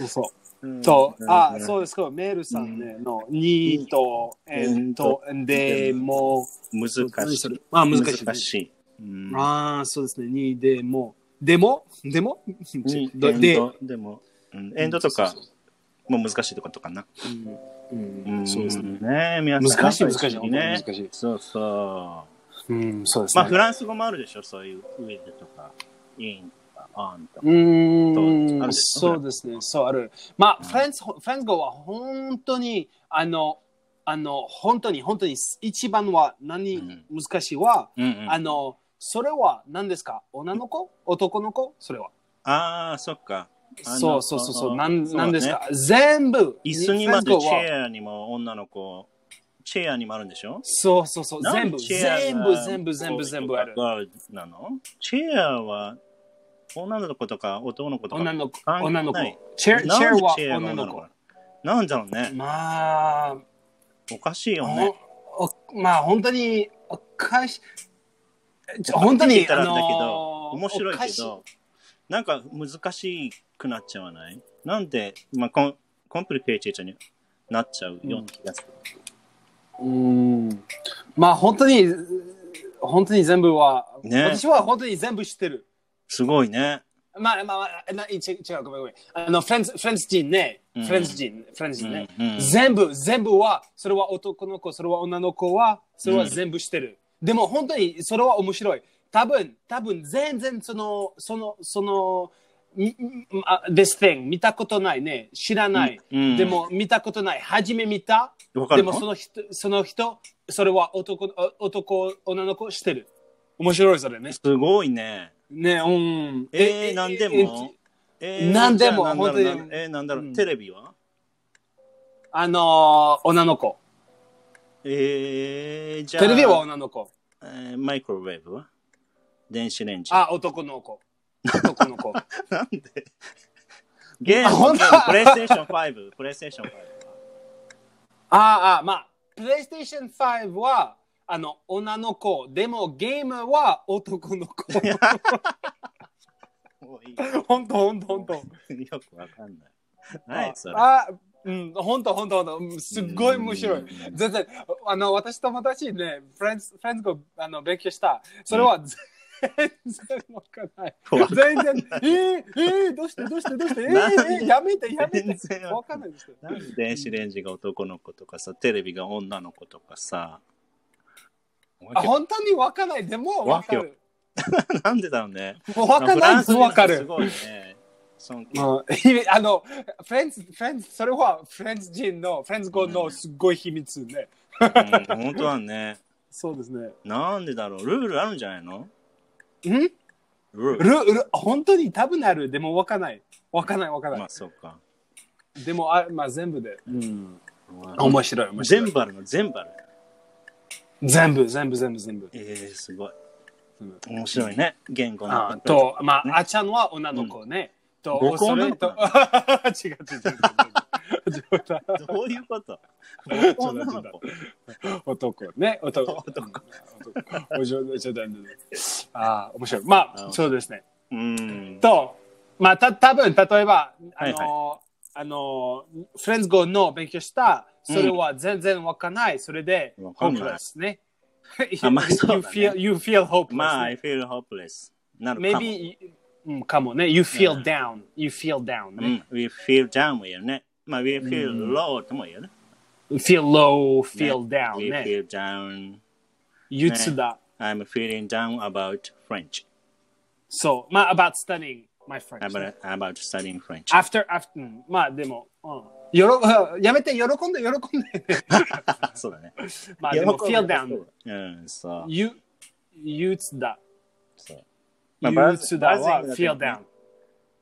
Speaker 1: う。そうそう。
Speaker 2: うん
Speaker 1: と、あ、
Speaker 2: う
Speaker 1: そうですか。メールさんね、の、にと、えっと、でも、
Speaker 2: ん。難
Speaker 1: 何
Speaker 2: し
Speaker 1: そ
Speaker 2: い
Speaker 1: れ。あ、難しいね。
Speaker 2: 難しい。うん
Speaker 1: ああ、そうですね。に、でも、でも、でも、
Speaker 2: に
Speaker 1: ど
Speaker 2: エンドでも、うん、エンドとか
Speaker 1: そうそ
Speaker 2: も難しいとことかな。
Speaker 1: うん
Speaker 2: う
Speaker 1: うんん、そうですね。
Speaker 2: ね皆さん
Speaker 1: 難しい、難しい。
Speaker 2: やっ
Speaker 1: 本当
Speaker 2: ぱ
Speaker 1: に
Speaker 2: りね
Speaker 1: 難。しい。
Speaker 2: そうそう。
Speaker 1: うん、そうです
Speaker 2: まあ、
Speaker 1: ね。
Speaker 2: フランス語もあるでしょ、そういうウェルとか、インとか、オンとか。
Speaker 1: う
Speaker 2: あ
Speaker 1: ー
Speaker 2: る
Speaker 1: ん、そうですね。そうある。まあ、フランス、フランス語は本当に、あの、あの、本当に、本当に、一番は
Speaker 2: う
Speaker 1: 何
Speaker 2: ん、
Speaker 1: 難しいは、
Speaker 2: うんうん、
Speaker 1: あの、それは何ですか女の子男の子それは。
Speaker 2: ああ、そっか。あの
Speaker 1: そうそうそうそ
Speaker 2: あの
Speaker 1: う。なん、
Speaker 2: そうだね
Speaker 1: なんですか全部。
Speaker 2: 椅子にまず
Speaker 1: フ
Speaker 2: チ
Speaker 1: ランス語は
Speaker 2: ェアにも女の子、チェアにもあるんでしょ
Speaker 1: そうそうそう。
Speaker 2: なん
Speaker 1: 全部、
Speaker 2: でチェア
Speaker 1: 全
Speaker 2: が
Speaker 1: 部、全部、全部、全部ある。
Speaker 2: ガールなのチェアは女の子とか男の子とか
Speaker 1: 女の子、
Speaker 2: 関係な
Speaker 1: 女
Speaker 2: い
Speaker 1: の子。チェア、
Speaker 2: なん
Speaker 1: チェ
Speaker 2: で
Speaker 1: アは
Speaker 2: チェアが
Speaker 1: 女の子。。
Speaker 2: なんだろうね。
Speaker 1: まあ、
Speaker 2: おかしいよね。
Speaker 1: おおまあ、本当に、おかし、ちょ本当に、
Speaker 2: たら
Speaker 1: あ
Speaker 2: だけど、
Speaker 1: のー
Speaker 2: 面白い
Speaker 1: おか
Speaker 2: け
Speaker 1: し
Speaker 2: ど、なんか難しくなっちゃわないなんで、まあ、コンコンプリケイティッドになっちゃうような気がする。
Speaker 1: うん。まあ、本当に、本当に全部は、
Speaker 2: ね
Speaker 1: 私は本当に全部知ってる。
Speaker 2: すごいね。
Speaker 1: まあまあまあ、な違う、違うごめんごめん。あの、フレンズ、フレンズ人ね。フレンズ人、フレンズ人ね、
Speaker 2: うんうん
Speaker 1: 全部、全部は、それは男の子、それは女の子は、それは全部してる。でも本当にそれは面白い。多分、多分全然その、その、その、みみあ this thing 見たことないね。知らない。
Speaker 2: うんうん
Speaker 1: でも見たことない。初め見た。
Speaker 2: わかる
Speaker 1: で
Speaker 2: の
Speaker 1: もその人、その人、それは男、お男、女の子してる。面白いそれね。
Speaker 2: すごいね。
Speaker 1: ね、うん。
Speaker 2: えー、なんでも。えー、
Speaker 1: なんでも
Speaker 2: じゃあなんだろ
Speaker 1: 本
Speaker 2: う
Speaker 1: 当に
Speaker 2: えー、なんだろ
Speaker 1: う
Speaker 2: う。
Speaker 1: ん
Speaker 2: テレビは
Speaker 1: あのー、女の子。
Speaker 2: えー、じゃあ。
Speaker 1: テレビは女の子。
Speaker 2: えーマイクロウェーブは電子レンジ。
Speaker 1: あ、男の子。男の子。
Speaker 2: なんで ゲー
Speaker 1: あ本
Speaker 2: ム、
Speaker 1: 当
Speaker 2: ゲームプレイステーション5、プレイステーション5。
Speaker 1: ああ、まあ、プレイステーション5は、あの、女の子。でも、ゲームは男の子。
Speaker 2: もういい
Speaker 1: 本当本当本当
Speaker 2: よくわかんない。ないそれ。
Speaker 1: あ、うん、本当本当本当すっごい面白
Speaker 2: う
Speaker 1: い
Speaker 2: ん。
Speaker 1: 全然、あの、私友達ね、フレンズ、フレンズ語、あの、勉強した。それは、全然わかんない。
Speaker 2: わ
Speaker 1: 全然、えー、えー、どうして、どうして、どうして、えー、えー、やめて、やめ
Speaker 2: 全
Speaker 1: て。
Speaker 2: 然
Speaker 1: わ
Speaker 2: わ
Speaker 1: か
Speaker 2: か
Speaker 1: ん
Speaker 2: ん
Speaker 1: ないですよ。
Speaker 2: なんで電子レンジが男の子とかさ、テレビが女の子とかさ。
Speaker 1: あ、本当にわかんない。でも、わか
Speaker 2: わけ
Speaker 1: る。
Speaker 2: なんでだろうね。
Speaker 1: もうわかん
Speaker 2: フ
Speaker 1: な
Speaker 2: ラ
Speaker 1: いで
Speaker 2: ン
Speaker 1: す。
Speaker 2: ス人
Speaker 1: わか
Speaker 2: す
Speaker 1: る。
Speaker 2: ごいね。 尊敬。
Speaker 1: うんあの、フレンズ、フレンズ、それはフレンズ人の、フレンズ語のすっごい秘密ね。
Speaker 2: うん本当はね。
Speaker 1: そうですね。
Speaker 2: なんでだろう。ルールあるんじゃないの
Speaker 1: ん
Speaker 2: ルール。
Speaker 1: ルル本当に多分ある。でもわかんない。わかんないわかんない。
Speaker 2: まあ、そうか。
Speaker 1: でもあ、まあ、全部で。うん。
Speaker 2: うわ
Speaker 1: 面白い、面白
Speaker 2: 全
Speaker 1: い。
Speaker 2: 部あるの、全部ある。
Speaker 1: 全部、全部、全部、全部。
Speaker 2: えー、すごい
Speaker 1: うん。
Speaker 2: 面白いね。言語の
Speaker 1: あ
Speaker 2: 発達。
Speaker 1: と、まあ、あちゃんは女の子ね。と、
Speaker 2: 僕
Speaker 1: そ
Speaker 2: 女
Speaker 1: れ
Speaker 2: の
Speaker 1: と
Speaker 2: 子、
Speaker 1: 違う違う違う違う。冗談
Speaker 2: どういう こと女の子。
Speaker 1: 男ね、男。男。お嬢ちょっとああ、面白い。まあ、そうですね。
Speaker 2: うん。
Speaker 1: と、まあ、た、多分例えば、あの、
Speaker 2: はい
Speaker 1: あの、フレンズ語の勉強した、それは全然わかんない。それで、
Speaker 2: わかんない
Speaker 1: hopeless ね。
Speaker 2: あまあそうだね
Speaker 1: you feel, you feel hopeless.
Speaker 2: まあ、I
Speaker 1: ね
Speaker 2: feel hopeless. なるかも。
Speaker 1: maybe, うん、かもね。you feel
Speaker 2: うん
Speaker 1: down. You feel down.
Speaker 2: う
Speaker 1: ね
Speaker 2: ん。We Mm, feel down も言えるね。まあ、We feel low とも言えるね。
Speaker 1: feel low, Mm. feel down.
Speaker 2: We
Speaker 1: ね。
Speaker 2: feel down.
Speaker 1: 憂鬱だ。
Speaker 2: I'm feeling down about French.
Speaker 1: そう。まあ、about studying my French.
Speaker 2: About, about studying French.
Speaker 1: after, after, うんまあでも、うん、よろやめて、喜んで、喜ん で。
Speaker 2: そうだね。
Speaker 1: まあでも、
Speaker 2: 喜ぶ
Speaker 1: feel down.
Speaker 2: うん、そう。
Speaker 1: ゆ、憂鬱だ。
Speaker 2: そうまあ
Speaker 1: 憂鬱だは、
Speaker 2: buzzing だと
Speaker 1: feel down.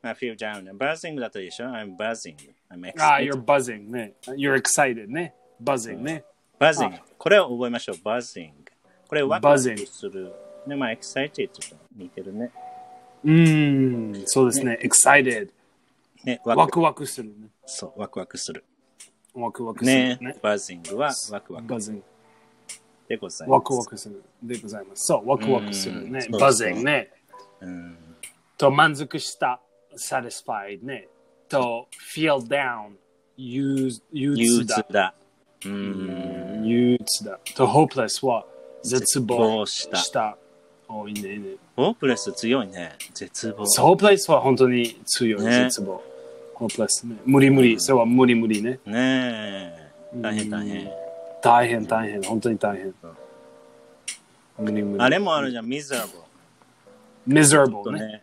Speaker 2: I feel down. Buzzing だったでしょ ?I'm buzzing. I'm
Speaker 1: ああ、Ah,
Speaker 2: excited.
Speaker 1: you're buzzing ね。you're excited ね。buzzing ね。
Speaker 2: buzzing. これを覚えましょう。buzzing. これ、ワクワクす
Speaker 1: Buzzing
Speaker 2: る。ね、まあ、excited と似てるね。
Speaker 1: うーん、そうですね。excited。
Speaker 2: ね、
Speaker 1: ワ
Speaker 2: ワク
Speaker 1: クワクするね。
Speaker 2: そう、ワクワクする。
Speaker 1: ワクワクする
Speaker 2: ね
Speaker 1: ね。、
Speaker 2: buzzing はワクワク
Speaker 1: buzzing。
Speaker 2: でございます。
Speaker 1: ワクワクするでございます。そう、ワクワク
Speaker 2: Mm,
Speaker 1: するね。
Speaker 2: うんそうそう
Speaker 1: buzzing ね。
Speaker 2: うん。
Speaker 1: と、満足した。satisfied ね。と、feel down。憂憂鬱
Speaker 2: 憂鬱
Speaker 1: だ。
Speaker 2: だ。うん。
Speaker 1: 憂鬱だ。と、hopeless は絶望
Speaker 2: 絶
Speaker 1: した。
Speaker 2: 望した
Speaker 1: おいいね、いいね。
Speaker 2: ホープレス強いね。絶望。
Speaker 1: そう、hopeless は本当に強い、
Speaker 2: ね
Speaker 1: 絶望。hopeless ね。無理無理、それは無理無理ね。
Speaker 2: う。ねえ。大変大変。
Speaker 1: 大変大変、本当に大変。無理無理。
Speaker 2: あれもあるじゃん、ミゼラブと
Speaker 1: miserable ね。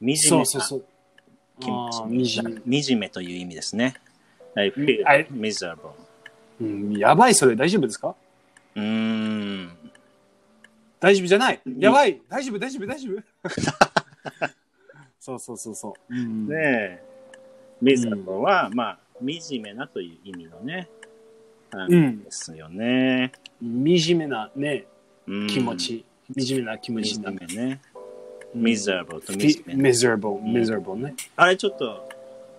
Speaker 2: ね。惨
Speaker 1: そ
Speaker 2: め
Speaker 1: うそう
Speaker 2: さ
Speaker 1: そう。
Speaker 2: 気
Speaker 1: あ
Speaker 2: 持ち。
Speaker 1: ー
Speaker 2: 惨めという意味ですね。I
Speaker 1: あれ
Speaker 2: feel miserable.
Speaker 1: うん、やばい、それ大丈夫ですか
Speaker 2: うーん。
Speaker 1: 大丈夫じゃない。やばい、大丈夫、大丈夫、大丈夫。 そうそうそうそう。うん
Speaker 2: ねえ。miserable は、まあ、惨めなという意味のね。あ
Speaker 1: う
Speaker 2: の
Speaker 1: ん
Speaker 2: で。すよね。
Speaker 1: 惨めなね、
Speaker 2: うん
Speaker 1: 気持。ち。惨めな気持ちだ
Speaker 2: 惨。めね。
Speaker 1: うん
Speaker 2: miserable と惨めね。
Speaker 1: miserable, miserable ね。
Speaker 2: あれちょっと、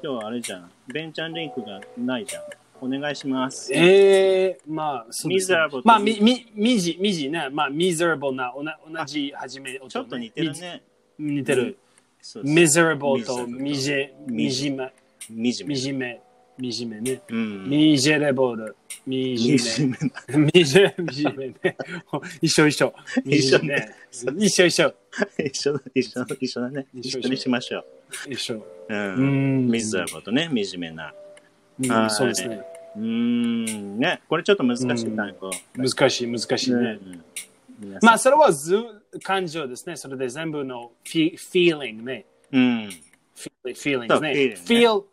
Speaker 2: 今日はあれじゃん。ベンチャンリンクがないじゃん。お願いします。
Speaker 1: ええまあ、そうですね
Speaker 2: Miserable と
Speaker 1: まあ、み、み、みじ、みじね。まあ、miserable な、おな同じ始め、
Speaker 2: ちょっと似てる。ね。
Speaker 1: み似てる。
Speaker 2: そうそう
Speaker 1: miserable と、
Speaker 2: miserable
Speaker 1: みじ、みじめ、
Speaker 2: 惨め
Speaker 1: み。じめ、みじめね。
Speaker 2: うん。
Speaker 1: miserable, み
Speaker 2: い
Speaker 1: じ
Speaker 2: じ
Speaker 1: め。
Speaker 2: めな。
Speaker 1: みじめ、みじめね。一緒一緒。みじめね一緒一緒。
Speaker 2: 一緒だ、一緒だ、一緒だね。
Speaker 1: 一緒
Speaker 2: 一緒にしましょう。
Speaker 1: 一緒。
Speaker 2: う。
Speaker 1: うんん
Speaker 2: ミズラブとね、惨めな。
Speaker 1: うんそうですね。
Speaker 2: うーん、ね。これちょっと難しい単語。
Speaker 1: 難しい、難しいね。
Speaker 2: うん皆さん
Speaker 1: まあ、それはず感情ですね。それで全部のフィ feeling ね。
Speaker 2: うん。
Speaker 1: Feel- feelings
Speaker 2: そう
Speaker 1: ね。
Speaker 2: feeling ね
Speaker 1: feel,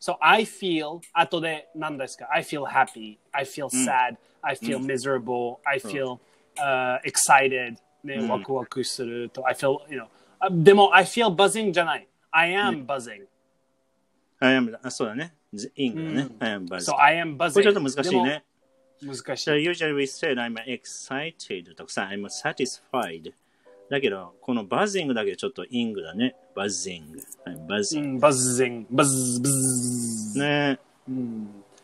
Speaker 1: so I feel, あとで何ですか ?I feel happy, I feel sad,、I feel miserable, I feel、uh, excited, ね、
Speaker 2: うん
Speaker 1: ワクワクすると、I feel, you know, あでも I feel buzzing じゃない。I am buzzing.、
Speaker 2: I am, あ、そうだね。The ing だね。I am buzzing.
Speaker 1: so I am buzzing.
Speaker 2: これちょっと難しいね。
Speaker 1: でも。難し
Speaker 2: So
Speaker 1: い。
Speaker 2: usually we said I'm excited とかさ、I'm satisfied。だけど、このバズ i ングだけでちょっとイングだね。バズ i ング。I'm
Speaker 1: う
Speaker 2: buzzing。
Speaker 1: ん、buzzing, Mm, buzz, buzz.
Speaker 2: ね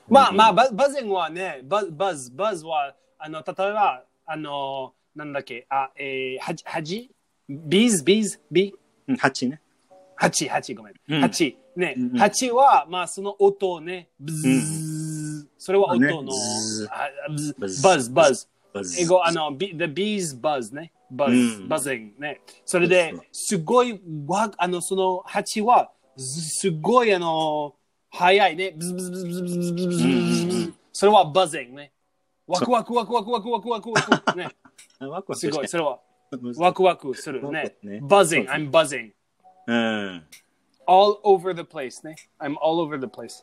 Speaker 1: まあまあ、ババズンはね、ババズ、バズは、あの、例えば、あの、なんだっけ、あ、えー、はじ、はじビーズ、ビーズ、ビ
Speaker 2: うん蜂ね。
Speaker 1: 八八ごめ
Speaker 2: うん
Speaker 1: ん。八、ね
Speaker 2: うんう、ん
Speaker 1: 八、は、まあ、その音をね、ブズー、それは音
Speaker 2: ね
Speaker 1: の、
Speaker 2: ズー
Speaker 1: あブズ
Speaker 2: ブズ
Speaker 1: バズ、バズ。
Speaker 2: バズ。
Speaker 1: 英語、あの、ビ the bees buzz ね。buzz、
Speaker 2: うん
Speaker 1: buzzing ね。それで
Speaker 2: そうそう、
Speaker 1: すごい、わ、あの、その蜂は、ずすごい、あの、早いね。ブズブズブズブズブズブズブズ
Speaker 2: うんうんう
Speaker 1: それは buzzing ね。ワクワクワクワクワクワクワクワク。ね。
Speaker 2: あワクワク
Speaker 1: す
Speaker 2: して
Speaker 1: ごい、それは、
Speaker 2: うん
Speaker 1: ワクワクする
Speaker 2: ワク
Speaker 1: ね
Speaker 2: ワクね。
Speaker 1: buzzing,
Speaker 2: そうそう
Speaker 1: I'm buzzing.
Speaker 2: うん。
Speaker 1: All over the place ね。I'm all over the place.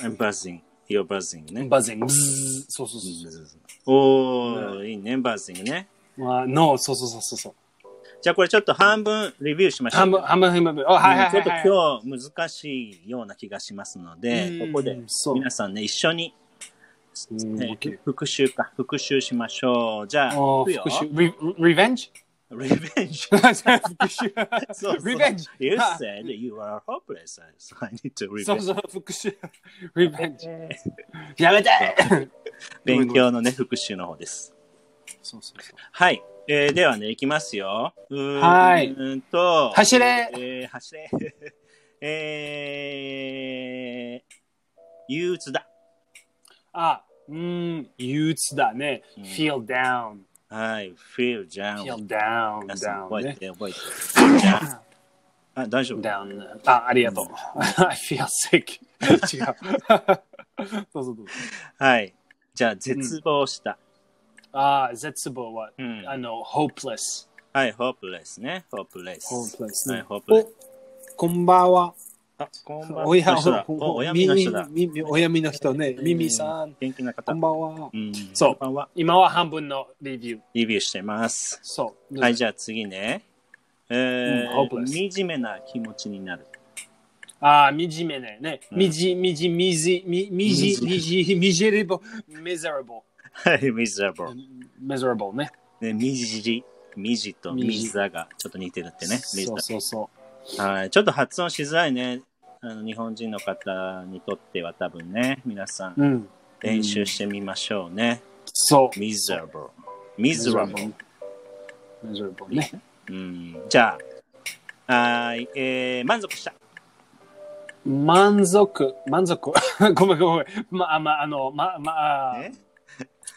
Speaker 2: I'm buzzing. You're buzzing ね。
Speaker 1: buzzing. ブズそうそうそうそう。
Speaker 2: おー、いいね。バズ i ングね。
Speaker 1: まあ、no, Uh, そうそうそうそうそう。
Speaker 2: じゃあこれちょっと半分レビューしましょう。
Speaker 1: 半分、半分、半分。あ、はいはいはいはい。
Speaker 2: ちょっと今日難しいような気がしますので、
Speaker 1: うん
Speaker 2: ここで
Speaker 1: そう
Speaker 2: 皆さんね、一緒に、
Speaker 1: うん
Speaker 2: え
Speaker 1: OK
Speaker 2: 復習か、復習しましょう。じゃあ、
Speaker 1: あ
Speaker 2: 行く
Speaker 1: ー
Speaker 2: よ
Speaker 1: 復讐。リリベン ジ
Speaker 2: リベンジ。そうそう
Speaker 1: リベンジ
Speaker 2: You
Speaker 1: あ
Speaker 2: said you are hopeless, so I need to
Speaker 1: そう
Speaker 2: revenge.
Speaker 1: そう、復 讐。リベンジ。やめて
Speaker 2: 勉強のね、復習の方です。
Speaker 1: そうそう そう
Speaker 2: はい。えーではね、いきますよ。うーん
Speaker 1: はいう
Speaker 2: ーんと、
Speaker 1: 走れ
Speaker 2: えー走れ。 えー、憂鬱だ。
Speaker 1: あ、うーん、憂鬱だね。
Speaker 2: うん
Speaker 1: feel down,
Speaker 2: はい、feel down.
Speaker 1: feel down,
Speaker 2: 皆さん覚
Speaker 1: down,
Speaker 2: え
Speaker 1: ね。
Speaker 2: て、覚えて。 あ、大丈夫。
Speaker 1: down. あ、ありがとう。I feel sick. 違う。どうぞどうぞ。
Speaker 2: はい。じゃあ、絶望した。
Speaker 1: あー、絶望は
Speaker 2: う、ん
Speaker 1: あの、hopeless.
Speaker 2: はい、hopeless ね。hopeless。
Speaker 1: hopeless
Speaker 2: はい
Speaker 1: ね。、
Speaker 2: hopeless。
Speaker 1: おこんばんは。
Speaker 2: あ、こんばんは。
Speaker 1: おや
Speaker 2: の人だおお闇の人だ。
Speaker 1: みみみお闇の人ね。ミミさん。
Speaker 2: 元気な方。
Speaker 1: こんばんは
Speaker 2: う。ん。
Speaker 1: そう
Speaker 2: こんばんは。
Speaker 1: 今は半分のレビュー。
Speaker 2: リビューしてます。
Speaker 1: そう。
Speaker 2: はい、じゃあ次ね。え
Speaker 1: うん hopeless
Speaker 2: ー、惨めな気持ちになる。
Speaker 1: ああ、みじめね。ね。
Speaker 2: うん
Speaker 1: みじ、みじ、みじ、みみじ、みじ、みじれぼ、miserable。
Speaker 2: はい、miserable。
Speaker 1: miserable ね。
Speaker 2: ね、みじり。みじとみじざがちょっと似てるってね。
Speaker 1: そうそうそ
Speaker 2: はい、ちょっと発音しづらいね。あの日本人の方にとっては多分ね、皆さん
Speaker 1: う。うん。
Speaker 2: 練習してみましょうね。
Speaker 1: そう。
Speaker 2: miserable。miserable。
Speaker 1: miserable ね。
Speaker 2: うん、じゃあ、はい、えー、満足した。
Speaker 1: 満足、満足。 ごめんごめん。ま、あ、ま、あの、ま、ま、あ
Speaker 2: え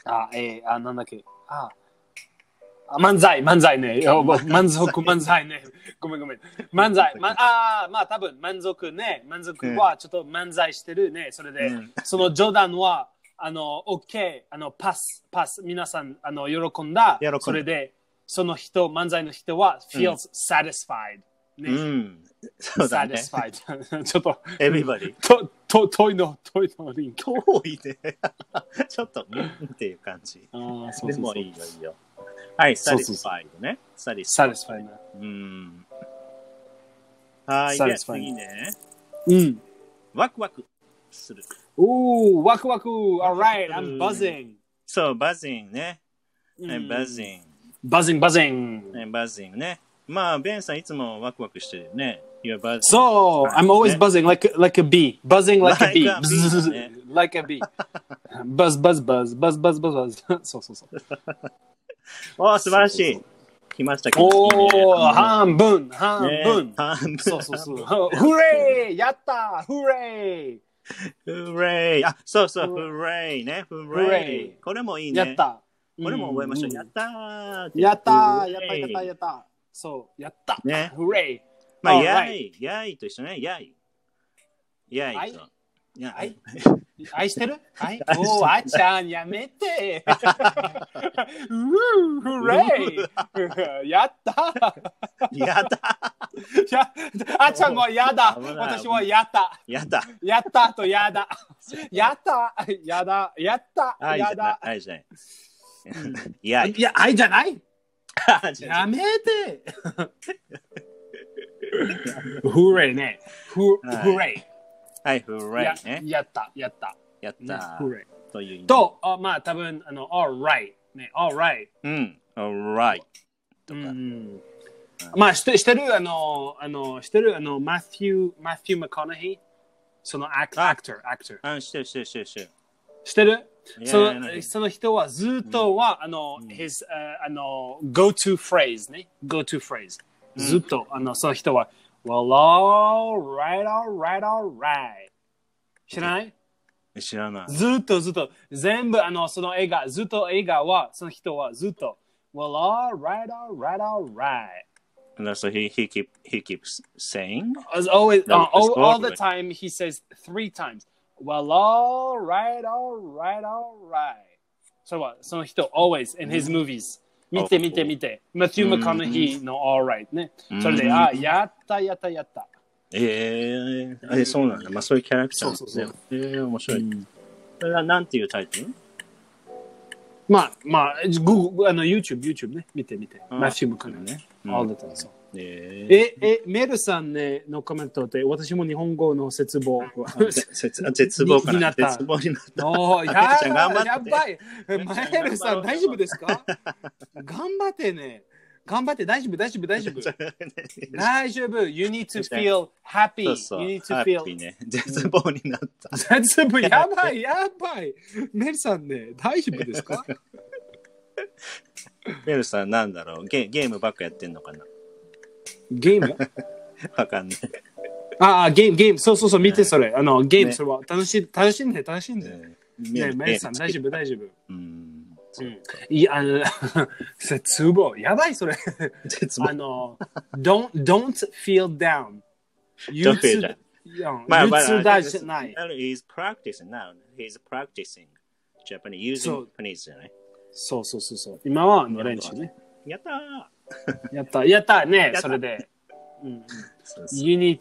Speaker 1: あ、えー、あ、なんだっけ。あ、あ漫才、漫才ね。いやま満足、漫才ね。ごめんごめん。漫才、ま、あーまあ多分満足ね。満足はちょっと漫才してるね。それで、
Speaker 2: うん
Speaker 1: その冗談は、あの、OK、あの、パス、パス、皆さん、あの、喜んだ。
Speaker 2: 喜んだ
Speaker 1: それで、その人、漫才の人は、feels satisfied。
Speaker 2: う
Speaker 1: ね。
Speaker 2: ん。そうだね。
Speaker 1: satisfied。ちょっ と、
Speaker 2: everybody。
Speaker 1: と、と、遠いの、遠いのリンク。
Speaker 2: 遠いね。 ちょっと、うんっていう感じ。
Speaker 1: あーそう
Speaker 2: で
Speaker 1: そう
Speaker 2: も
Speaker 1: そう。
Speaker 2: いいよ、いいよ。はい、
Speaker 1: そうそう
Speaker 2: satisfied ね。satisfied。
Speaker 1: satisfied な。
Speaker 2: うん。はい、じゃあ
Speaker 1: satisfied
Speaker 2: 次ね。
Speaker 1: うん。
Speaker 2: ワクワクする。
Speaker 1: Ooh, waku waku. All right, I'm
Speaker 2: Ooh.
Speaker 1: buzzing.
Speaker 2: そう、buzzing ね。
Speaker 1: Mm.
Speaker 2: buzzing。
Speaker 1: Buzzing, buzzing.
Speaker 2: ね、バズイングね。まあ、ベンさんいつもワクワクしてるよね。You're buzzing.
Speaker 1: So I'm always
Speaker 2: Yeah.
Speaker 1: buzzing like like a bee, buzzing like,
Speaker 2: Like
Speaker 1: a bee,
Speaker 2: a bee, yeah.
Speaker 1: like a bee. buzz, buzz, buzz, buzz, buzz, buzz, buzz. so so so.
Speaker 2: おー素晴らし
Speaker 1: そ。
Speaker 2: いう来ました、来ましたね
Speaker 1: Oh,
Speaker 2: あ
Speaker 1: hanbun,
Speaker 2: のね
Speaker 1: hanbun.
Speaker 2: 半分。
Speaker 1: So so so. Hooray! Yatta! Hooray!
Speaker 2: hooray! あ、そうそう、
Speaker 1: ふ
Speaker 2: hooray ね。
Speaker 1: hooray
Speaker 2: hooray! これもいいね。
Speaker 1: やっ。た。
Speaker 2: これも覚えましょう。
Speaker 1: ん
Speaker 2: やったーって
Speaker 1: やった
Speaker 2: hooray
Speaker 1: やったやったやったそう、やった
Speaker 2: ね
Speaker 1: フレイ
Speaker 2: まあ、
Speaker 1: Alright
Speaker 2: やい、やいと一緒ね。やい。やいと。や
Speaker 1: はいい。愛してる はい。おー、あーちゃん、やめて。 うー、フレイ やった
Speaker 2: やった
Speaker 1: やあーちゃんもやだ
Speaker 2: 危ない
Speaker 1: 私はやった
Speaker 2: やった
Speaker 1: やったとやだ やったやだやった
Speaker 2: あいじ
Speaker 1: や
Speaker 2: ゃない
Speaker 1: だ。
Speaker 2: あいじゃない。やい。
Speaker 1: いや、愛じゃない
Speaker 2: あじゃない
Speaker 1: やめて フレイね。フ
Speaker 2: はい
Speaker 1: フレイ。
Speaker 2: はい、hooray ね。
Speaker 1: ややった、やった。
Speaker 2: やった
Speaker 1: フレイ。
Speaker 2: という意味。
Speaker 1: と、あまあ、多分あの、alright。ね、alright。
Speaker 2: うん。alright。
Speaker 1: とか。うんまあ、してしてる、あの、あの、してる、あの、マスティュー、マスティュー・マコナヒーそのアク
Speaker 2: あ
Speaker 1: アクター、アクター。
Speaker 2: あ、してるしてるしてるしてる。
Speaker 1: してる
Speaker 2: いや
Speaker 1: そ
Speaker 2: いやいや
Speaker 1: のその人はずっとは、あの、his、あの、go-to phrase ね。go-to phrase。ずっと、あの、その人は、well, alright, alright, alright. 知らない
Speaker 2: 知らない。
Speaker 1: ずっとずっと、全部、あの、その映画、ずっと映画は、その人はずっと、well, alright, alright, alright.
Speaker 2: And also he he keep he keeps saying
Speaker 1: As always,
Speaker 2: No,
Speaker 1: uh, all,
Speaker 2: it's
Speaker 1: all the
Speaker 2: Broadway.
Speaker 1: time, he says three times. Well, all right, all right, all right. So what? その人 always in his movies. 見て
Speaker 2: Oh.
Speaker 1: 見て見て。マテュー・マカノヒーの all right ね。
Speaker 2: うん
Speaker 1: それで、あ、やったやったやった。
Speaker 2: ええあれそうなんだ。まあそういうキャラクターなんですね。
Speaker 1: そう
Speaker 2: ええ面白い。それはなんていうタイトル
Speaker 1: まあまあ、Google、あの YouTube、YouTube ね。見て見て。
Speaker 2: うん
Speaker 1: マテュー・マカノヒーね。
Speaker 2: うん
Speaker 1: all the time. そう
Speaker 2: ええ
Speaker 1: え、え、メルさんねのコメントで、私も日本語の絶望。
Speaker 2: あぜ絶あ絶望か
Speaker 1: にな
Speaker 2: な。
Speaker 1: った
Speaker 2: 絶望になった。
Speaker 1: おー、や
Speaker 2: めっちゃ頑張っ
Speaker 1: ば
Speaker 2: て
Speaker 1: やばい。マエルさん、
Speaker 2: めっ
Speaker 1: 大
Speaker 2: ち
Speaker 1: 丈
Speaker 2: ゃ頑張ろう
Speaker 1: 夫ですか頑張ってね。頑張って、大丈夫、大丈夫、大丈夫。大丈夫。You need to feel happy.
Speaker 2: そうそう。
Speaker 1: you need to
Speaker 2: ハッピー
Speaker 1: feel.
Speaker 2: ね。絶望になっ た。
Speaker 1: 全部やば い、やばい。メルさんね、大丈夫ですか
Speaker 2: メルさんなんだろうゲゲームばっかやってんのかな
Speaker 1: ゲーム
Speaker 2: わかんない。
Speaker 1: ああ、ゲーム、ゲーム。そうそうそう、見てそれ。あの、ゲーム、
Speaker 2: ね
Speaker 1: それは。楽しい、楽しんで、楽しんで。ね
Speaker 2: メ
Speaker 1: メルさん、大丈夫、大丈夫。
Speaker 2: うん。
Speaker 1: うんいや、あの、 絶望。やばい、それ。
Speaker 2: 絶
Speaker 1: あ
Speaker 2: 望。
Speaker 1: の、don't, don't feel down. 憂
Speaker 2: Don't
Speaker 1: 鬱
Speaker 2: feel
Speaker 1: だ
Speaker 2: down.。
Speaker 1: いや
Speaker 2: まあ
Speaker 1: 憂
Speaker 2: まあ
Speaker 1: 鬱だじゃない。
Speaker 2: He's practicing now. He's practicing Japanese
Speaker 1: そ
Speaker 2: using
Speaker 1: う
Speaker 2: Japanese じゃない
Speaker 1: そうそうそうそう。今は練習ね。
Speaker 2: やったー
Speaker 1: やった、やったね、
Speaker 2: た
Speaker 1: それで。うん
Speaker 2: そうそう
Speaker 1: You need,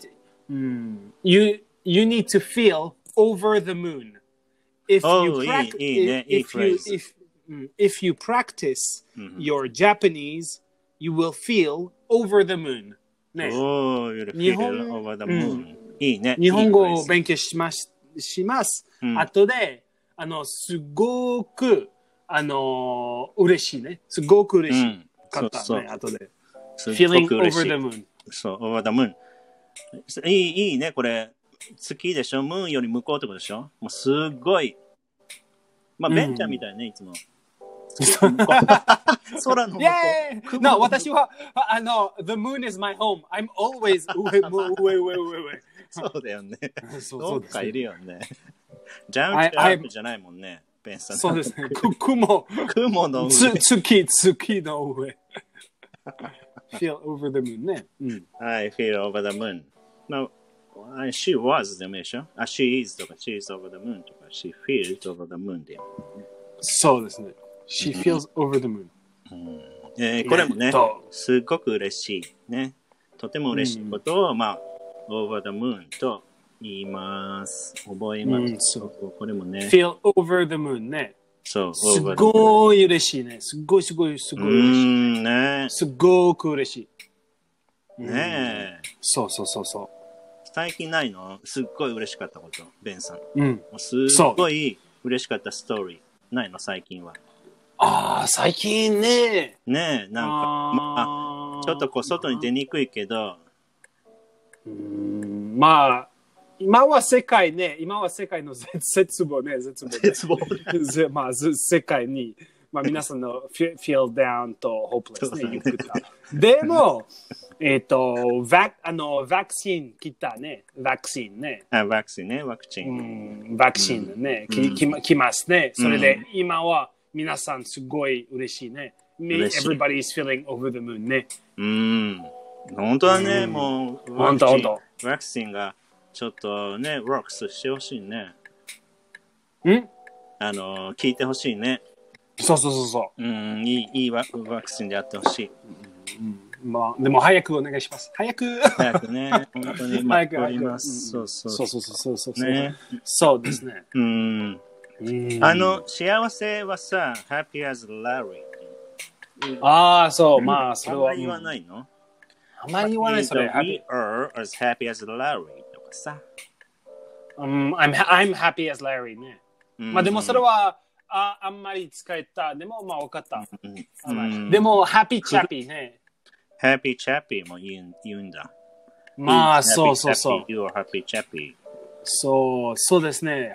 Speaker 1: うん you, you need to feel over the moon. If you
Speaker 2: Oh, いい
Speaker 1: prac-
Speaker 2: いいね
Speaker 1: if-
Speaker 2: いい
Speaker 1: if you-
Speaker 2: phrase Mm-hmm.
Speaker 1: if- うん if you practice
Speaker 2: うんうん
Speaker 1: your Japanese, you will feel over the moon. ね。
Speaker 2: おー、you'll
Speaker 1: 日
Speaker 2: feel
Speaker 1: 本
Speaker 2: over the
Speaker 1: うん
Speaker 2: moon. いいね。
Speaker 1: 日本語を
Speaker 2: いい
Speaker 1: 勉強します。します。
Speaker 2: うん
Speaker 1: 後で、あの、すごく、あの、嬉しいね。すごく嬉しい。かったね、
Speaker 2: そうそう
Speaker 1: 後で。
Speaker 2: プレイすご
Speaker 1: feeling
Speaker 2: く嬉
Speaker 1: over
Speaker 2: し
Speaker 1: the
Speaker 2: い。
Speaker 1: moon。
Speaker 2: そう、over the moon。いい、いいね、これ。月でしょムーンより向こうってことでしょもうすっごい。まあ、
Speaker 1: うん
Speaker 2: ベンちゃんみたいね、いつも。
Speaker 1: イ
Speaker 2: 空の向こ
Speaker 1: ェーイ !No, 私は、ああの、the moon is my home. I'm always, うえ、もう、うえ、うえ、うえ、
Speaker 2: う。そうだよね。
Speaker 1: うえ。そう
Speaker 2: ど
Speaker 1: そう
Speaker 2: っ
Speaker 1: で
Speaker 2: か
Speaker 1: す
Speaker 2: い
Speaker 1: ね。
Speaker 2: るよね。ジャン
Speaker 1: I-
Speaker 2: プアップじゃないもんね、ベンさん。
Speaker 1: そうですね。く雲、
Speaker 2: 雲の上
Speaker 1: つ。月、月の上。feel over the moon ね。うん。
Speaker 2: I feel over the moon. No, I, she was でもいいでしょあ、she is とか she is over the moon とか she feels over the moon で。
Speaker 1: そうですね。She feels over the moon.
Speaker 2: えーこれも
Speaker 1: え
Speaker 2: ね
Speaker 1: っと、
Speaker 2: すごく嬉しい。ね。とても嬉しいことを、まあ、over the moon と言います。覚えます。
Speaker 1: うんそう
Speaker 2: これもね、
Speaker 1: feel over the moon ね。
Speaker 2: そう、
Speaker 1: す
Speaker 2: over the moon。
Speaker 1: ごい嬉しいね。すごいすごいすご
Speaker 2: う
Speaker 1: い嬉しい。
Speaker 2: ーん、ね。
Speaker 1: すごく嬉しい。
Speaker 2: ねえ。
Speaker 1: そうそうそうそ
Speaker 2: 最近ないのすっごい嬉しかったこと、ベンさん。も
Speaker 1: う。うん。
Speaker 2: うすっごい嬉しかったストーリー。ないの最近は。
Speaker 1: ああ、最近ね。
Speaker 2: ねえ、なんか、まあ、
Speaker 1: ま
Speaker 2: ちょっとこう外に出にくいけど、
Speaker 1: うんまあ、今は世界ね、今は世界の絶絶望ね、絶望ね、
Speaker 2: 絶望
Speaker 1: ぜまあ、ず世界に、まあ、皆さんの fe- feel down と hopeless ね、言ってた。でも、えっ、と、vac- あの、vaccine 来たね。vaccine ね。
Speaker 2: あ、ワクチンね、ワクチ
Speaker 1: う
Speaker 2: ン。
Speaker 1: ん、vaccine ね、ききまきますね。それで、今は皆さんすごい嬉しいね。Me-
Speaker 2: 嬉しい
Speaker 1: Everybody is feeling over the moon ね。
Speaker 2: うん。本当はね、もう、
Speaker 1: 本当
Speaker 2: ワクチン
Speaker 1: 本
Speaker 2: ワクチンが、ちょっとね、ワークスしてほしいね。
Speaker 1: ん
Speaker 2: あの、聞いてほしいね。
Speaker 1: そうそうそうそ
Speaker 2: うん、いい、いいワワクチンでやってほしい。
Speaker 1: う。まあ、でも早くお願いします。早く
Speaker 2: 早 くね、本当に
Speaker 1: 早
Speaker 2: 待
Speaker 1: く
Speaker 2: っており
Speaker 1: 早
Speaker 2: ま
Speaker 1: く
Speaker 2: す。そう そう。
Speaker 1: そうそうそうそうそう。
Speaker 2: ね。
Speaker 1: そうですね。
Speaker 2: うん。
Speaker 1: うん
Speaker 2: あの、幸せはさ、happy as Larry。
Speaker 1: ああ、そう、まあ、そ
Speaker 2: あ
Speaker 1: れ
Speaker 2: ん
Speaker 1: は。
Speaker 2: まり言わ
Speaker 1: い。
Speaker 2: ないの
Speaker 1: あまり言わない、それ。
Speaker 2: We are as happy as Larry とかさ。
Speaker 1: うん、I'm, I'm happy as Larry ね。まあでもそれ
Speaker 2: は、
Speaker 1: はああんまり使えた。でもまあ分かった。
Speaker 2: うん
Speaker 1: で、も Happy Chappy ね。
Speaker 2: Mm. happy chappy も言うん言うんだ。
Speaker 1: ま
Speaker 2: Happy
Speaker 1: あそうそうそう
Speaker 2: chappy,。You are happy chappy.
Speaker 1: そうそうですね。Happy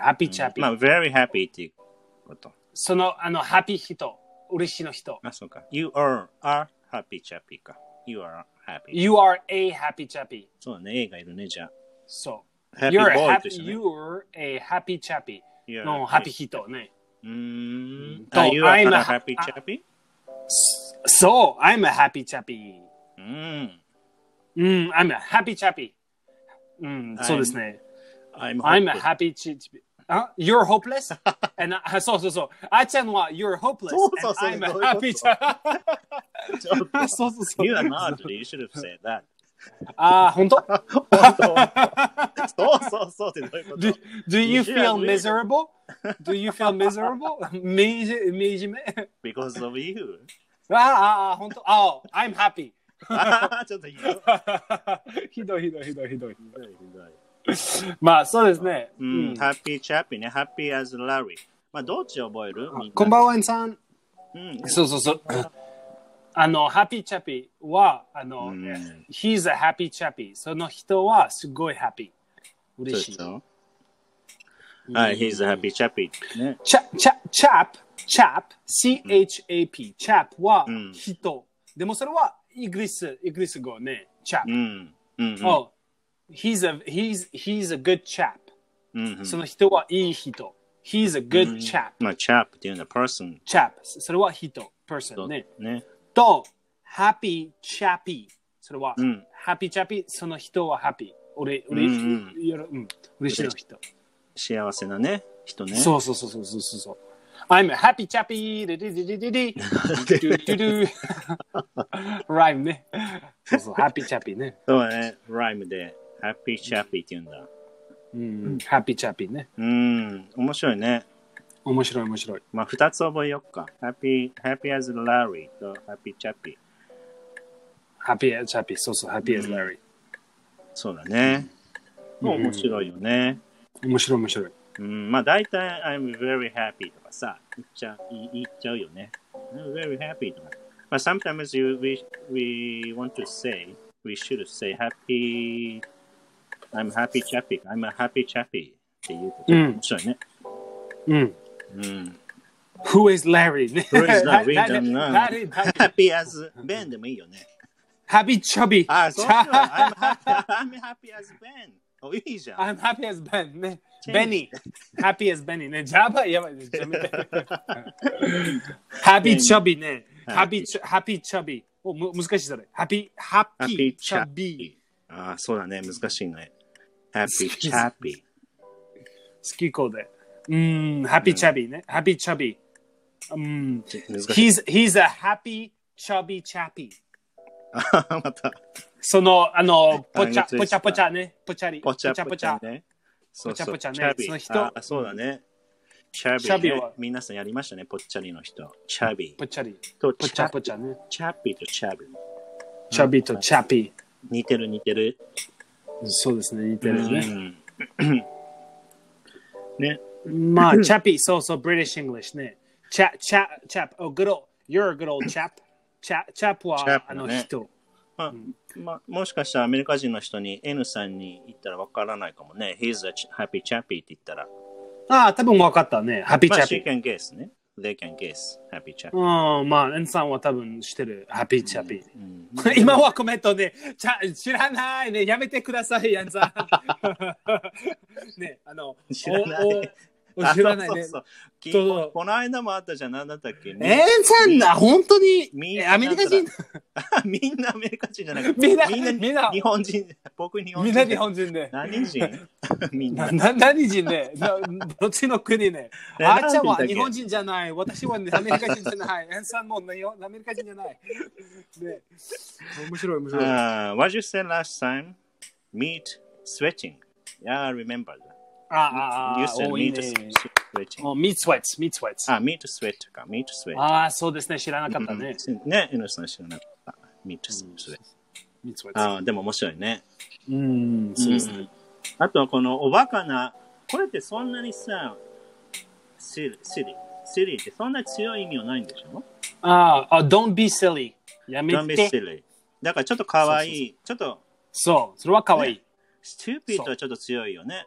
Speaker 1: Chappy。
Speaker 2: まあ、very happy っていうこと。
Speaker 1: そのあの Happy 人、嬉しいの人。
Speaker 2: あ、そうか。You are, are happy chappy か。You are happy.
Speaker 1: You are a happy chappy.
Speaker 2: そうね、映画いるね、じゃあ。
Speaker 1: そ
Speaker 2: happy
Speaker 1: う。You're a
Speaker 2: boy と
Speaker 1: happy,
Speaker 2: してね。
Speaker 1: you're a happy chappy
Speaker 2: You're
Speaker 1: の happy 人ね。
Speaker 2: うーん。
Speaker 1: と
Speaker 2: あ、You are
Speaker 1: I'm
Speaker 2: not
Speaker 1: a-
Speaker 2: happy chappy?
Speaker 1: そう。I'm a happy chappy.
Speaker 2: うん。
Speaker 1: うん、I'm a happy chappy. うん、そうですね。
Speaker 2: I'm
Speaker 1: I'm a
Speaker 2: hopeful.
Speaker 1: happy ch- ch- huh? You're hopeless? and I, そうそうそう。あちゃんは You're hopeless.
Speaker 2: そうそうそう
Speaker 1: and
Speaker 2: どういうこ
Speaker 1: I'm
Speaker 2: と
Speaker 1: a happy chappy.
Speaker 2: ちょ っと
Speaker 1: そうそうそう。
Speaker 2: You are not, you should have said that.
Speaker 1: ああ、本当
Speaker 2: そうそうそうってどういうこと
Speaker 1: do, do you
Speaker 2: You should have
Speaker 1: feel
Speaker 2: read it.
Speaker 1: miserable? Do you feel miserable? みじみじめ
Speaker 2: ?Because of you.
Speaker 1: ああああ、本当ああ、I'm Oh, happy.
Speaker 2: あーちょっとひどい。
Speaker 1: ひどいひどいひどいひどい。
Speaker 2: ひどいひどい
Speaker 1: まあ、そうですね。
Speaker 2: う
Speaker 1: うん
Speaker 2: ん、Happy Mm, Chappy ね。Happy as Larry。まあ、どっち覚える
Speaker 1: こんばん
Speaker 2: は。
Speaker 1: は、インさん。
Speaker 2: うん。
Speaker 1: そうそう そう。あの、ハッピーチャピーは、あの、
Speaker 2: うん
Speaker 1: He's a happy chappy. その人はすごいハッピー。
Speaker 2: そう
Speaker 1: 嬉し
Speaker 2: で
Speaker 1: い
Speaker 2: し。ょはい、He's a happy chappy. ね。
Speaker 1: チャ、チャ、チャップ、チャップ、C-H-A-P、チャップは
Speaker 2: うん
Speaker 1: 人。でもそれはイギリス、イギリス語ね。チャ
Speaker 2: う
Speaker 1: ッ
Speaker 2: ん。うん。
Speaker 1: プ。Oh, he's a, he's, he's a good chap.
Speaker 2: うんうん。
Speaker 1: その人はいい人。He's a
Speaker 2: う
Speaker 1: good
Speaker 2: ん
Speaker 1: chap.
Speaker 2: まあ、chap っていうのは person。
Speaker 1: chap. それは人、person ね。
Speaker 2: ね。
Speaker 1: と、happy chappy。それは、
Speaker 2: うん
Speaker 1: happy chappy。その人は happy。俺、俺、
Speaker 2: うん
Speaker 1: よろうん嬉しいの人。
Speaker 2: 幸せなね。人ね。
Speaker 1: そうそうそうそうそうそうそう。I'm a happy chappy! デデデデデデドゥドゥド ゥライムね。そうそう、happy chappy ね。
Speaker 2: そうね。ライムで Happy Chappy って言うんだ。
Speaker 1: うん、happy chappy ね。
Speaker 2: うん。面白いね。
Speaker 1: 面白い面白い。
Speaker 2: まあ、二つ覚えよっか。Happy, happy as Larry と Happy Chappy。
Speaker 1: happy as chappy。そうそう、happy as Larry。
Speaker 2: そうだね。もう面白いよね。
Speaker 1: 面白い面白い。
Speaker 2: うん、まあ大体、I'm very happy とかさ、言っちゃ言言っちゃうよね。I'm very happy とか。まあ sometimes you, we, we want to say, we should say happy, I'm happy chappy, I'm a happy chappy っていうと、
Speaker 1: うん
Speaker 2: 面白いね。
Speaker 1: うん。
Speaker 2: うん。
Speaker 1: Who is Larry?
Speaker 2: Who is that? We
Speaker 1: 誰
Speaker 2: don't know.
Speaker 1: 誰誰
Speaker 2: happy as Ben でもいいよね。
Speaker 1: happy chubby.
Speaker 2: あ、そうだ。I'm happy, I'm happy as Ben。お、いいじゃ
Speaker 1: I'm
Speaker 2: ん。
Speaker 1: happy as Ben ね。
Speaker 2: チェン
Speaker 1: Benny。
Speaker 2: ジ
Speaker 1: happy as Benny ね。ジャバやばいね。ジャバ happy chubby ね。happy
Speaker 2: Happy
Speaker 1: ch- happy chubby。お Oh, む難しいそれ。happy happy chubby。
Speaker 2: Happy Chappy。ああ、そうだね。難しい ね。Happy
Speaker 1: 好き
Speaker 2: Chappy。
Speaker 1: 好き子で。うん。happy Mm, chubby ね。happy chubby。うん。
Speaker 2: 難しい。
Speaker 1: He's he's a happy chubby chappy。ah,
Speaker 2: あーまた、
Speaker 1: そのあのぽちゃ
Speaker 2: あ
Speaker 1: ぽちゃぽちゃね。ぽちゃり。
Speaker 2: ぽちゃぽちゃ。ね。そうそう
Speaker 1: ぽちゃぽちゃね
Speaker 2: チャビ
Speaker 1: その人
Speaker 2: あーそうだね。チャビ、ね。
Speaker 1: チャビは
Speaker 2: 皆さんやりましたね。ぽっちゃりの人。チャビ
Speaker 1: ぽ。ちゃり。
Speaker 2: と
Speaker 1: ぽ
Speaker 2: チ
Speaker 1: ちゃ
Speaker 2: ャ
Speaker 1: ぽちゃね。
Speaker 2: チャビとチャビ。
Speaker 1: チャビとチャピ。
Speaker 2: 似てる似てる。
Speaker 1: そうですね。似て
Speaker 2: う
Speaker 1: るね。
Speaker 2: ん。ね。
Speaker 1: まあ、チャピ、そうそう、British English ね。チャ、チャ、チャップ、oh, good old, you're a good old chap. チャ、チャップは、
Speaker 2: chap
Speaker 1: あの
Speaker 2: ね
Speaker 1: 人。
Speaker 2: まあ、まあ、もしかしたらアメリカ人の人に N さんに言ったらわからないかもね。He's a happy chappy って言ったら。
Speaker 1: ああ、多分分かったね。ハッピー
Speaker 2: ま
Speaker 1: チ
Speaker 2: あ、
Speaker 1: ャ
Speaker 2: she
Speaker 1: ピ。
Speaker 2: can guess ね。 they can guess happy chappy.
Speaker 1: うん、まあ、エンさんは多分知ってる。ハッピーチャピー。
Speaker 2: うん
Speaker 1: 今はコメントで、ちゃ知らないね、やめてください、エンさん。ね、あの、
Speaker 2: 知らない
Speaker 1: お。おお知らない
Speaker 2: あそう
Speaker 1: ね
Speaker 2: そう。そう
Speaker 1: そう
Speaker 2: ここの間もあったじゃん、なんだったっけ
Speaker 1: エンさんだ、本当に
Speaker 2: み、ん
Speaker 1: え
Speaker 2: な
Speaker 1: アメリカ人、
Speaker 2: みんなアメリカ人じゃなくて、
Speaker 1: みんな、
Speaker 2: みんな
Speaker 1: みんな
Speaker 2: 日、本人、僕日本
Speaker 1: み
Speaker 2: 人。
Speaker 1: んな日本人で。
Speaker 2: 何人みんな
Speaker 1: な。な何人ねなどっちの国ね
Speaker 2: ね
Speaker 1: あーちゃんは
Speaker 2: なんて言ったっけ
Speaker 1: 日本人じゃない。私は、 ね、アメリカ人じゃない。エンさんも日本アメリカ人じゃない。ね、面白い、面白い。
Speaker 2: Uh, what you said last time? Meat sweating. Yeah, I remember that.
Speaker 1: ああ、あ
Speaker 2: you
Speaker 1: あ、
Speaker 2: said
Speaker 1: 多い
Speaker 2: meat
Speaker 1: ね。
Speaker 2: sweating.
Speaker 1: もう、ミーツウェッツ、ミーツウェッツ。
Speaker 2: あ、meat sweat か、meat sweat。
Speaker 1: ああ、そうですね。知らなかったね。
Speaker 2: うんね、エノさん知らなかった。
Speaker 1: ミ
Speaker 2: meat sweat。
Speaker 1: ーツウェッツ。
Speaker 2: あーでも面白いね。
Speaker 1: うん、そうです
Speaker 2: う
Speaker 1: ね
Speaker 2: ん。あとはこのおバカな、これってそんなにさ、シリ、シリ、シリってそんな強い意味はないんでしょ
Speaker 1: ああ、あ don't be silly。やめ
Speaker 2: ?Don't be
Speaker 1: て。
Speaker 2: silly。だからちょっと可愛いちょっと、
Speaker 1: そう、それは可愛い。
Speaker 2: stupid はちょっと強いよね。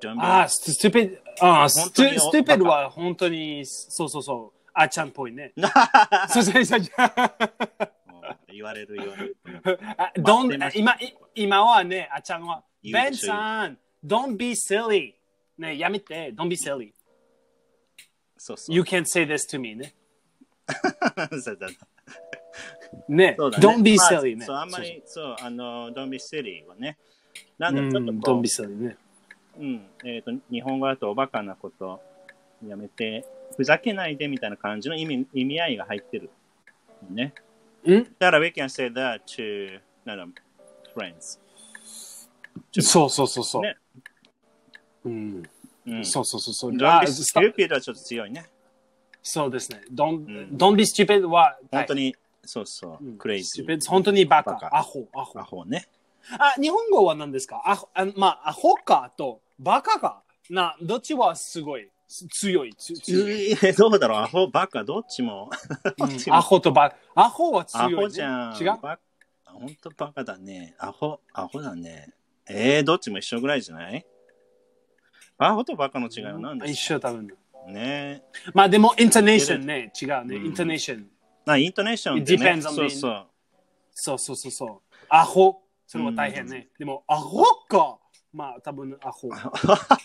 Speaker 2: Don't be
Speaker 1: ああ、ステュペッド、ああ、ス
Speaker 2: 本
Speaker 1: テ
Speaker 2: 当に
Speaker 1: ュステュペッドは本当に、そうそうそう、あーちゃんっぽいね。そうそうそう。
Speaker 2: もう言われる言われる。
Speaker 1: あ don't-
Speaker 2: 待ってました
Speaker 1: 今、い今はね、あーちゃんは、
Speaker 2: 言う
Speaker 1: ベ
Speaker 2: で
Speaker 1: ン
Speaker 2: しょ
Speaker 1: さん、don't be silly。ね、やめて、don't be silly。
Speaker 2: そうそう。
Speaker 1: You can't say this to me ね。
Speaker 2: そうだね
Speaker 1: ね、
Speaker 2: そうだね
Speaker 1: don't be
Speaker 2: まあ
Speaker 1: silly ね。
Speaker 2: そう、あんまり、そう、あの、don't be silly はね。なんだ、
Speaker 1: うん
Speaker 2: ちょっとこ
Speaker 1: don't be silly ね。
Speaker 2: う、うん、えっ、と、日本語だとおバカなことやめて、ふざけないでみたいな感じの意味意味合いが入ってる。ね。
Speaker 1: ん
Speaker 2: だから、we can say that to, なんだ、friends。
Speaker 1: そうそうそうそう。
Speaker 2: ね
Speaker 1: うん、
Speaker 2: うん。
Speaker 1: そうそうそうそう。
Speaker 2: don't
Speaker 1: あ
Speaker 2: be
Speaker 1: スタ
Speaker 2: stupid はちょっと強いね。
Speaker 1: そうですね。don't,、
Speaker 2: ん
Speaker 1: don't be stupid は、
Speaker 2: 本当
Speaker 1: に、
Speaker 2: に、そうそう、クレイジー。
Speaker 1: stupid 本当にバカ。
Speaker 2: バカ
Speaker 1: アホ、アホ
Speaker 2: ア。ホね。
Speaker 1: あ、日本語は何ですかアホあ、まあ、アホかとバカか。な、どっちはすごい、つ強い。つ強い
Speaker 2: えーどうだろうアホ、バカ、どっちも。どっち
Speaker 1: うん
Speaker 2: も
Speaker 1: アホとバカ。アホは強
Speaker 2: ア
Speaker 1: い、ね。
Speaker 2: ホじゃん。
Speaker 1: 違う
Speaker 2: バほんとバカだね。アホ、アホだね。えー、どっちも一緒ぐらいじゃないアホとバカの違いは何で
Speaker 1: 一
Speaker 2: す
Speaker 1: 緒多分。
Speaker 2: かね
Speaker 1: まあでも、インターネーションね。違うね。
Speaker 2: うん
Speaker 1: インターネーション。
Speaker 2: なイントネーションって、ね、
Speaker 1: It depends on the-
Speaker 2: そうそう。
Speaker 1: そうそうそうそう。アホ。それは大変ね。でも、アホか。まあ、多分、アホ。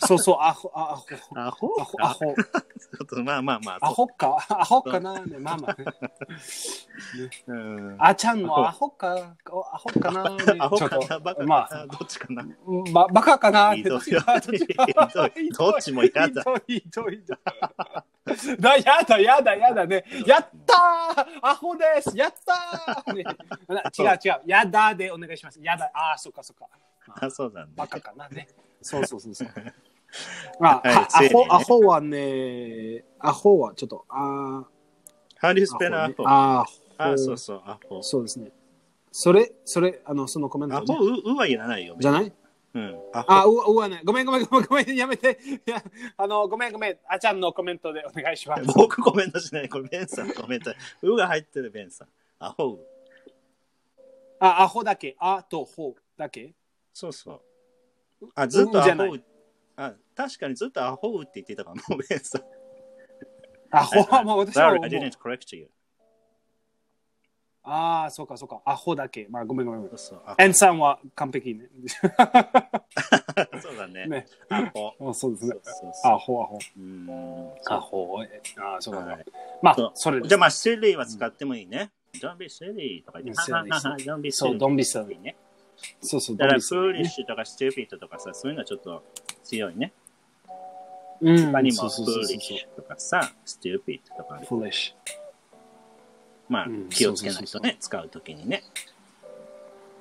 Speaker 1: そうそう、アホ、あアホ。
Speaker 2: アホ
Speaker 1: アホ、アホ。
Speaker 2: ちょっとまあまあまあ。
Speaker 1: アホか。アホかな、ね、ママ。
Speaker 2: そううん
Speaker 1: あちゃんもアホか。アホかな、ね。
Speaker 2: アホ
Speaker 1: ちょ
Speaker 2: か
Speaker 1: っ
Speaker 2: な
Speaker 1: と
Speaker 2: バカかな、
Speaker 1: まあ、
Speaker 2: どっちかな
Speaker 1: ばバカかな
Speaker 2: ひどい
Speaker 1: どっちかどっちか
Speaker 2: ひどいどっちも嫌だ
Speaker 1: ひどい、ひどい、ひどい。だ、やだ、やだ、やだね。やったーアホですやったー、ね、 な違う、違う。やだでお願いします。やだ、ああ、そっかそっか。
Speaker 2: あ、そうだね。
Speaker 1: バカかなね。そうそう そうそう。まあ、
Speaker 2: はい
Speaker 1: は
Speaker 2: せ
Speaker 1: ア
Speaker 2: いね
Speaker 1: ホ、アホはね、アホはちょっと、あ
Speaker 2: How do you
Speaker 1: ーホね
Speaker 2: spell アホ
Speaker 1: あー
Speaker 2: あ、そ
Speaker 1: ホ
Speaker 2: う、そう、アホ。
Speaker 1: そうですね。それ、それ、あの、そのコメン
Speaker 2: ア
Speaker 1: ト
Speaker 2: ホ、
Speaker 1: ね、
Speaker 2: ううはいらないよ。
Speaker 1: じゃない
Speaker 2: うん。アホ。
Speaker 1: あ、うわ、うわね。ごめん、ごめん、ごめん、ごめん、や めて。いや、あの、ごめん、ごめん。あちゃんのコメントでお願いします。
Speaker 2: 僕コメントしない。これベンさんコメント。うが入ってるベンさん。アホウ。
Speaker 1: あ、アホだけ。あとほだけ。
Speaker 2: そうそう。あ、ずっと
Speaker 1: う
Speaker 2: ア
Speaker 1: んじゃな
Speaker 2: ホウ
Speaker 1: い。
Speaker 2: あ、確かにずっとアホウって言ってたからも うベンさん。
Speaker 1: アホは、まあ私はもう
Speaker 2: Sorry, I didn't correct you.
Speaker 1: ああ、そうか、そうか。アホだけ。まあ、ごめん、ごめん。ごめ
Speaker 2: そ
Speaker 1: ん
Speaker 2: うそう。ア
Speaker 1: エンさんは完璧ね。
Speaker 2: ホそうだね。
Speaker 1: ね
Speaker 2: アホ。
Speaker 1: あそうですね
Speaker 2: そうそう。そう
Speaker 1: アホ、アホ。
Speaker 2: うーん
Speaker 1: アホ。えああ、そうか。
Speaker 2: はい
Speaker 1: ま
Speaker 2: そう
Speaker 1: あ、それ
Speaker 2: じゃあま
Speaker 1: あ、
Speaker 2: あ、シリーは使ってもいいね。Don't be silly とか言って。
Speaker 1: うん silly そう
Speaker 2: Don't be
Speaker 1: そう、
Speaker 2: silly
Speaker 1: ドンビスだね。
Speaker 2: ね。
Speaker 1: そうそう、
Speaker 2: だ
Speaker 1: ド
Speaker 2: か
Speaker 1: ン
Speaker 2: ら、
Speaker 1: ビスだね
Speaker 2: foolish とか stupid とかさ、そういうのはちょっと強いね。
Speaker 1: うん、
Speaker 2: 他にも
Speaker 1: そうそうそうそうそう
Speaker 2: foolish とかさ、stupid とかある。
Speaker 1: foolish。
Speaker 2: まあ
Speaker 1: う、ん
Speaker 2: 気をつけないと
Speaker 1: そうそうそう
Speaker 2: ね、使うときにね。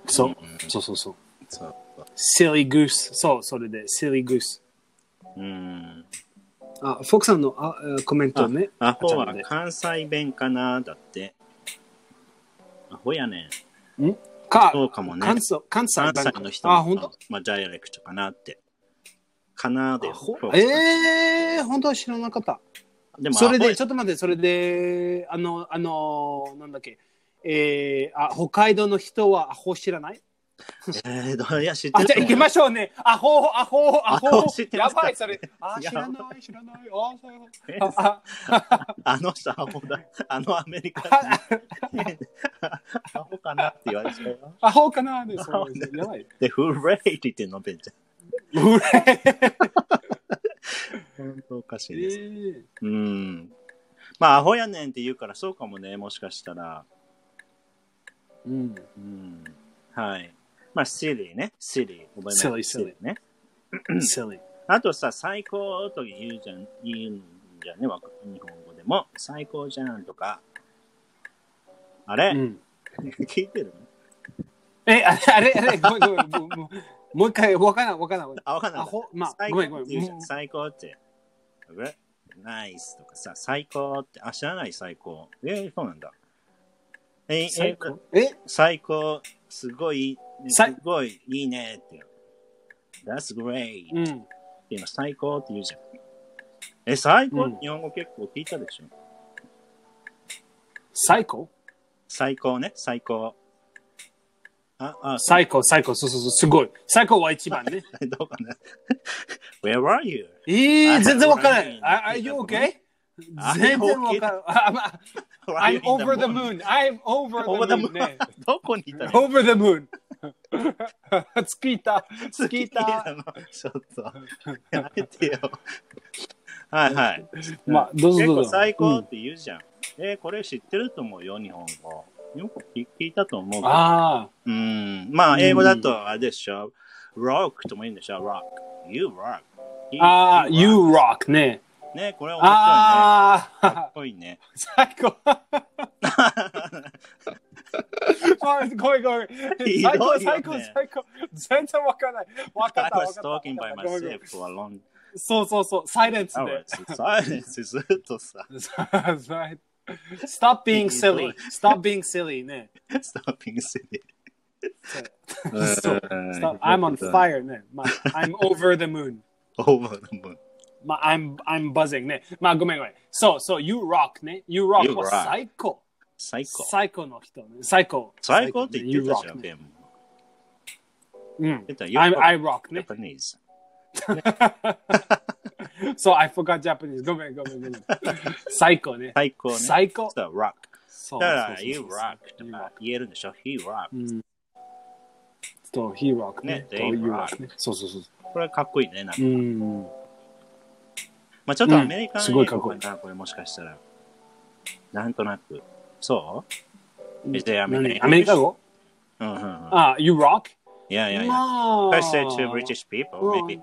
Speaker 1: そう
Speaker 2: うん、
Speaker 1: そうそうそう。
Speaker 2: そう。
Speaker 1: silly goose。そう、それで、silly goose。
Speaker 2: うん。
Speaker 1: あ、フォークさんのあえーコメントね。
Speaker 2: アホ
Speaker 1: あちゃ
Speaker 2: は
Speaker 1: んで
Speaker 2: 関西弁かなだって。アホやねん。
Speaker 1: か、
Speaker 2: そうかもね。
Speaker 1: 関西、関西
Speaker 2: 関
Speaker 1: だ
Speaker 2: 西の人の
Speaker 1: あ、本当。
Speaker 2: まあ、ダイアレクトかなって。かなで。そう
Speaker 1: ええー、本当は知らなかった。
Speaker 2: でも
Speaker 1: それで、ち
Speaker 2: ょ
Speaker 1: ょっと待って、それで、あの、あの、なんだっけ、えー、あ、北海道の人はアホ知らない
Speaker 2: えー、どういや、 知って
Speaker 1: あ、
Speaker 2: る
Speaker 1: じ
Speaker 2: と
Speaker 1: ゃあ
Speaker 2: 思う
Speaker 1: 行きましょうね。アホ、アホ、ア
Speaker 2: ア
Speaker 1: ホ
Speaker 2: ホ知っ。てま
Speaker 1: や
Speaker 2: すか
Speaker 1: ばい、それ。あ、
Speaker 2: や
Speaker 1: 知
Speaker 2: ばい
Speaker 1: らない、知らない。あ、そういうこと
Speaker 2: え
Speaker 1: あ
Speaker 2: あの人、アホ だ。あのアメリカ
Speaker 1: あ
Speaker 2: 人、アホかなって言われちゃうよ。
Speaker 1: アホかなで、そうですねやばい。
Speaker 2: で、フレイって言ってんの、ベンち
Speaker 1: うれ
Speaker 2: ゃん。 本当おかしいです。
Speaker 1: ー
Speaker 2: うん。まあ、アホやねんって言うから、そうかもね、もしかしたら。
Speaker 1: うん。
Speaker 2: うん。はい。まあ、シリーね。シリー。覚えない
Speaker 1: Silly, silly.
Speaker 2: ね。
Speaker 1: silly.
Speaker 2: あとさ、最高と言うじゃん、言うんじゃんね、わか日本語でも。最高じゃんとか。あれ、
Speaker 1: うん
Speaker 2: 聞いてる
Speaker 1: え、あれ、あれ、あれ、ごめん、ごめん。もうもうもう一回、わからん、わからん。
Speaker 2: あ、わかんない
Speaker 1: ア。ホ、まあ、
Speaker 2: 最
Speaker 1: ごめん、
Speaker 2: 高っ
Speaker 1: ご
Speaker 2: て言
Speaker 1: め
Speaker 2: うんじゃ。ん。最高って。あれナイスとかさ、最高って。あ、知らない最高。えー、そうなんだ。えー、
Speaker 1: 最
Speaker 2: 最
Speaker 1: 高
Speaker 2: 高。。
Speaker 1: え、
Speaker 2: 最高。すごい、す
Speaker 1: 最
Speaker 2: ごい、いいねって。That's great. っ
Speaker 1: う
Speaker 2: て
Speaker 1: ん。
Speaker 2: 今、最高って言うじゃん。え、最高、
Speaker 1: うん
Speaker 2: 日本語結構聞いたでしょ
Speaker 1: 最高
Speaker 2: 最高ね、最高。あ、あ、
Speaker 1: 最高、最高。そうそうそう、すごい。最高は一番 ね。
Speaker 2: どうかな ?Where are you?
Speaker 1: え
Speaker 2: Ah,
Speaker 1: ー、全然わからない。
Speaker 2: あ
Speaker 1: Are you okay?
Speaker 2: あ
Speaker 1: 全然わ からんあまあ。I'm over the moon. I'm over
Speaker 2: Over
Speaker 1: the moon.
Speaker 2: the
Speaker 1: ね
Speaker 2: moon. どこにいたの
Speaker 1: over the moon. 月いた。月いた。
Speaker 2: のちょっと。やめて よ。はいはい。
Speaker 1: まあ、どうぞ
Speaker 2: 結
Speaker 1: どう
Speaker 2: 構
Speaker 1: ぞ。
Speaker 2: 最
Speaker 1: う
Speaker 2: 高
Speaker 1: ん
Speaker 2: って言うじゃん。えーこれ知ってると思うよ、日本語。よく聞いたと思うけど。
Speaker 1: あ
Speaker 2: うん。まあ、英語だとあれでしょ。rock とも言うんでしょ。rock。you rock.
Speaker 1: あ。ああ、You ah,
Speaker 2: rock
Speaker 1: Rock Ah. ね。
Speaker 2: ね、これ面白いね。か
Speaker 1: あ
Speaker 2: っ
Speaker 1: あ、
Speaker 2: こいいね。
Speaker 1: 最 高。あごめんごめん。最高、
Speaker 2: ひどいよね
Speaker 1: 最高、最高。全然わからない。わか
Speaker 2: I
Speaker 1: った、わか
Speaker 2: was
Speaker 1: った。
Speaker 2: talking by
Speaker 1: ごめんごめん
Speaker 2: myself for a long
Speaker 1: そうそうそう、サイレンス
Speaker 2: hour.
Speaker 1: で。
Speaker 2: silence ずっとさ、
Speaker 1: Stop being silly. Stop being silly ね。
Speaker 2: stopping silly.
Speaker 1: そう Stop. I'm on fire ね。まあ、I'm over the moon.
Speaker 2: Over the moon.
Speaker 1: まあ、I'm, I'm buzzing ね。まあ、ごめんごめん。そうそう、You Rock ね。You Rock
Speaker 2: You
Speaker 1: は
Speaker 2: rock
Speaker 1: 最高。
Speaker 2: 最高。
Speaker 1: 最高の人ね。最高。
Speaker 2: 最高って言ってたじゃん、
Speaker 1: ね。
Speaker 2: ベンも。
Speaker 1: You rock ね
Speaker 2: 言ってた
Speaker 1: うん。
Speaker 2: よ
Speaker 1: I'm, I rock ね。
Speaker 2: Japanese.
Speaker 1: so I forgot Japanese. ごめんごめんごめん。最高ね。
Speaker 2: 最高ね。
Speaker 1: 最高。
Speaker 2: そう rock。
Speaker 1: そう
Speaker 2: だか
Speaker 1: そう
Speaker 2: ら、
Speaker 1: そうそう
Speaker 2: you rock と
Speaker 1: You
Speaker 2: か
Speaker 1: rock
Speaker 2: 言えるんでしょ ?he rock。
Speaker 1: うん。と、He Rock ね
Speaker 2: ね。
Speaker 1: と、
Speaker 2: They
Speaker 1: You
Speaker 2: rock
Speaker 1: Rock ね。そうそうそう。
Speaker 2: これかっこいいね。なんか
Speaker 1: うん。
Speaker 2: まあちょっとアメリカン
Speaker 1: うんすごいかっこいい
Speaker 2: な、これもしかしたら。なんとなく。そう
Speaker 1: 何
Speaker 2: Is there
Speaker 1: ア
Speaker 2: American
Speaker 1: メリカ語
Speaker 2: うんうんうん。
Speaker 1: あ、You Ah, Rock?
Speaker 2: いやいやいや。
Speaker 1: ま
Speaker 2: I said to British people, maybe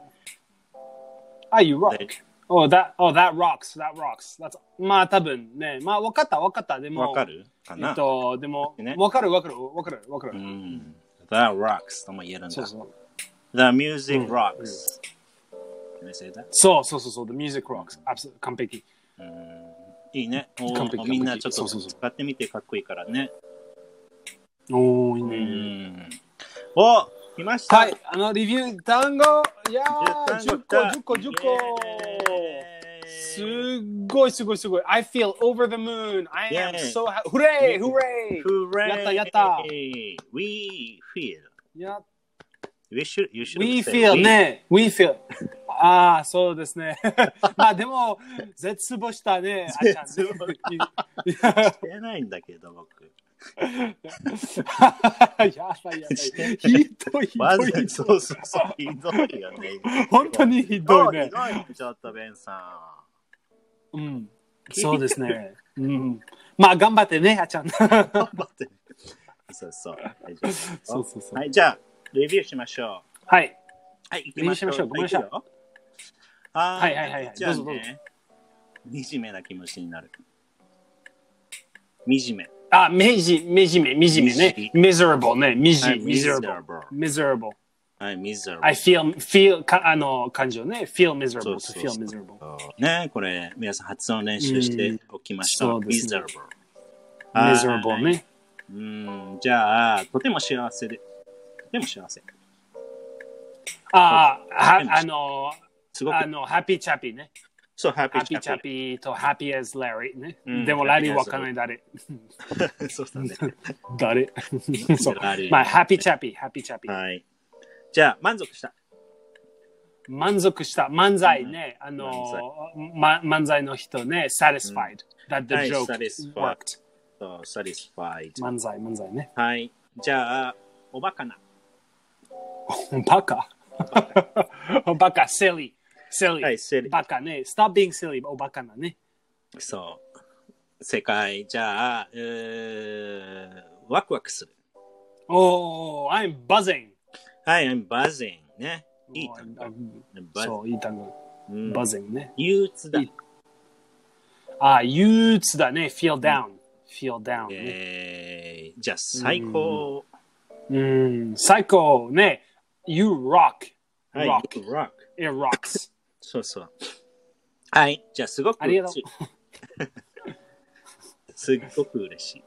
Speaker 1: あ、You Ah, Rock.
Speaker 2: they
Speaker 1: Oh, that, oh, that rocks, that rocks. That's... まあ、多分ね。まあ、わかった、わかった。でも、
Speaker 2: わかるかな、
Speaker 1: えっと、でも
Speaker 2: ね、
Speaker 1: わかる、わかる、わかる、わか
Speaker 2: う
Speaker 1: る。
Speaker 2: ん。The rocks とも言えるんだ。
Speaker 1: そうそう。
Speaker 2: The music
Speaker 1: うん
Speaker 2: rocks.、Can I say that?
Speaker 1: そうそうそうそう、The Music Rocks. Absolutely. 完璧。
Speaker 2: うんいいね。お
Speaker 1: 完璧
Speaker 2: みんなちょっ
Speaker 1: そう
Speaker 2: と
Speaker 1: そうそう
Speaker 2: 使ってみてかっこいいからね。
Speaker 1: おー、いいうね。
Speaker 2: ん。お来ました、
Speaker 1: はい、あの、レビュー単語、いやー、10
Speaker 2: 10個
Speaker 1: 個、
Speaker 2: 来た
Speaker 1: 10個、10個。す
Speaker 2: イエーイ
Speaker 1: っごいすごいすごい。I feel over the moon. I am
Speaker 2: Yeah.
Speaker 1: so happy. フレーフレー
Speaker 2: Hooray!
Speaker 1: やったやった
Speaker 2: We feel.
Speaker 1: や
Speaker 2: We should, you should
Speaker 1: We
Speaker 2: say
Speaker 1: feel ね。We feel. ああ、そうですね。 まあでも、絶望したね。あちゃん
Speaker 2: 絶望
Speaker 1: いや
Speaker 2: してないんだけど、僕。
Speaker 1: やばいやばい。ひどいひ
Speaker 2: わ
Speaker 1: ど
Speaker 2: ざ
Speaker 1: い。
Speaker 2: そうそうそう。ひどいよね。
Speaker 1: 本当にひどい
Speaker 2: ひ
Speaker 1: ね。
Speaker 2: どいねちょっと、ベンさ
Speaker 1: うん。そうですね。うん。まあ頑張ってね、あ ちゃん。
Speaker 2: ん。頑張って。そうそう。大丈夫
Speaker 1: そうそうそう。
Speaker 2: はい、じゃあ、レビューしましょう。
Speaker 1: はい。
Speaker 2: はい、行
Speaker 1: レビューしましょうごめんなさい
Speaker 2: はあー
Speaker 1: はいはいはいはい
Speaker 2: じゃあ
Speaker 1: どうぞどう
Speaker 2: ね、惨めな気持ちになる。惨め。
Speaker 1: あ、めじ、めじめ、みじめね。miserable ね。みじ、
Speaker 2: はい
Speaker 1: miserable。miserable.
Speaker 2: はい、miserable。
Speaker 1: I feel, feel, かあの、感情ね。feel miserable
Speaker 2: そ
Speaker 1: to
Speaker 2: うそう
Speaker 1: feel
Speaker 2: そう
Speaker 1: miserable.
Speaker 2: ね、これ、皆さん発音練習しておきました。
Speaker 1: うんそうですね
Speaker 2: miserable。
Speaker 1: miserable
Speaker 2: はい。
Speaker 1: ね。
Speaker 2: うん、じゃあ、とても幸せで。とても幸せ。
Speaker 1: ああ、はあの、
Speaker 2: すごく
Speaker 1: あの、happy chappy ね。
Speaker 2: そう、happy,
Speaker 1: happy chappy と happy as Larry ね。
Speaker 2: うん
Speaker 1: でも
Speaker 2: happy
Speaker 1: ラリーわかんない誰。
Speaker 2: chappy そうだね。
Speaker 1: 誰 そう。
Speaker 2: Larry
Speaker 1: まあ、happy chappy、happy chappy。
Speaker 2: はい。じゃあ、満足した。
Speaker 1: 満足した。漫才ね。あの、ま漫才の人ね。satisfied。That the
Speaker 2: はい
Speaker 1: joke
Speaker 2: satisfied
Speaker 1: worked.
Speaker 2: そう、satisfied。
Speaker 1: 漫才、漫才ね。
Speaker 2: はい。じゃあ、おバカな。
Speaker 1: バカ。 バカ、silly。silly。
Speaker 2: はい silly
Speaker 1: バカね。stop being silly. おバカなね。
Speaker 2: そう。世界。じゃあ、うーワクワクする。
Speaker 1: Oh, I'm buzzing.
Speaker 2: はい、I'm buzzing. ね。いい単語。
Speaker 1: そ
Speaker 2: Buzz-
Speaker 1: う、いい単語。
Speaker 2: うん、
Speaker 1: buzzing ね。
Speaker 2: 憂鬱だ
Speaker 1: い。いあ、憂鬱だね。feel down。feel down ね。
Speaker 2: えー、じゃあ、最高。
Speaker 1: うん、最高ね。You rock.
Speaker 2: はい、
Speaker 1: rock.
Speaker 2: rock.
Speaker 1: It rocks.
Speaker 2: そうそう。はい、じゃあ、すごく
Speaker 1: ありが
Speaker 2: 嬉
Speaker 1: と
Speaker 2: しい。 すっごく嬉しい。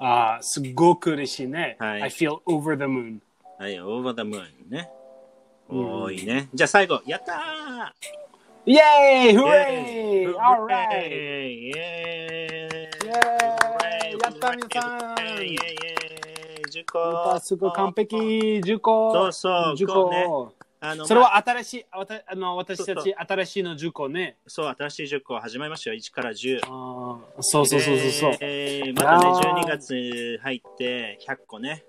Speaker 1: あーすごく嬉しいね。
Speaker 2: はい
Speaker 1: I feel over the moon.
Speaker 2: はい、over the moon ね。多いね。じゃあ、最後。やったー
Speaker 1: Yay!
Speaker 2: イェーイ
Speaker 1: Hooray! Alright!
Speaker 2: イェーイ
Speaker 1: イェーイやった皆さん
Speaker 2: イェーイイェーイ受
Speaker 1: ま
Speaker 2: 講
Speaker 1: たすぐ完璧受講
Speaker 2: そうそう
Speaker 1: 受
Speaker 2: 受
Speaker 1: 講
Speaker 2: 講あの
Speaker 1: それ
Speaker 2: まあ
Speaker 1: は新しい、わたあの私た
Speaker 2: そう
Speaker 1: ち新しいの受講ね。
Speaker 2: そう、新しい塾を始めましたよ。1から10。
Speaker 1: あーそうそうそうそうそう。
Speaker 2: えーまたね、
Speaker 1: あー
Speaker 2: 12月入って100個ね。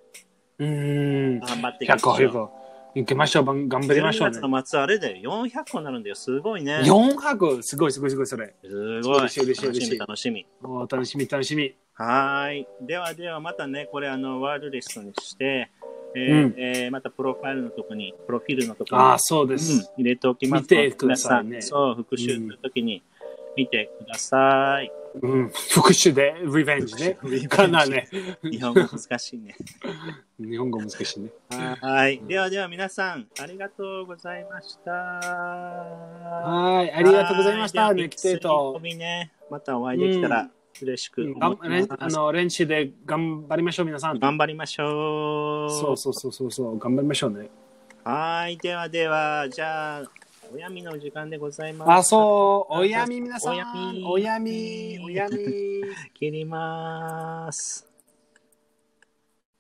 Speaker 1: うーん。
Speaker 2: 頑張っていきま
Speaker 1: 100
Speaker 2: しょ
Speaker 1: 個、
Speaker 2: う
Speaker 1: 100個。行きましょう、ばん頑張りましょうね
Speaker 2: 12月。の末あれで400個になるんだよ。すごいね。
Speaker 1: 4泊すごいすごいすごいそれ。
Speaker 2: すごい。楽
Speaker 1: 嬉しい嬉しい嬉し
Speaker 2: し
Speaker 1: い
Speaker 2: み、楽しみ。
Speaker 1: おー楽しみ楽しみ。
Speaker 2: はーい。ではでは、またね、これ、あの、ワールドリストにして、えー
Speaker 1: うん
Speaker 2: えーまたプロファイルのとこに、プロフィールのとこに、
Speaker 1: ああ、そうで
Speaker 2: うん
Speaker 1: す。
Speaker 2: 入れておきます。
Speaker 1: 見てくださいね
Speaker 2: 皆そう、復習するときに見てくださ い。
Speaker 1: うん。復讐で、リベンジね。かなね。
Speaker 2: 日本語難しいね。
Speaker 1: 日本語難しいね。
Speaker 2: はーい。ではでは、皆さん、ありがとうございました。は
Speaker 1: はい、ありがとうございました。
Speaker 2: ー
Speaker 1: ネキテイト。
Speaker 2: 水曜日ね、またお会いできたら嬉しく
Speaker 1: うんが
Speaker 2: 思
Speaker 1: ん
Speaker 2: っ
Speaker 1: 練
Speaker 2: て
Speaker 1: あ
Speaker 2: ます。
Speaker 1: の練習で頑張りましょう、皆さん。
Speaker 2: 頑張りましょう。
Speaker 1: そうそうそうそうそう、頑張りましょうね。
Speaker 2: はーい、ではでは、じゃあ、おやみの時間でございます。
Speaker 1: あ、そう、おやみ皆さん
Speaker 2: おやみ。
Speaker 1: おやみ、おやみ。
Speaker 2: 切ります。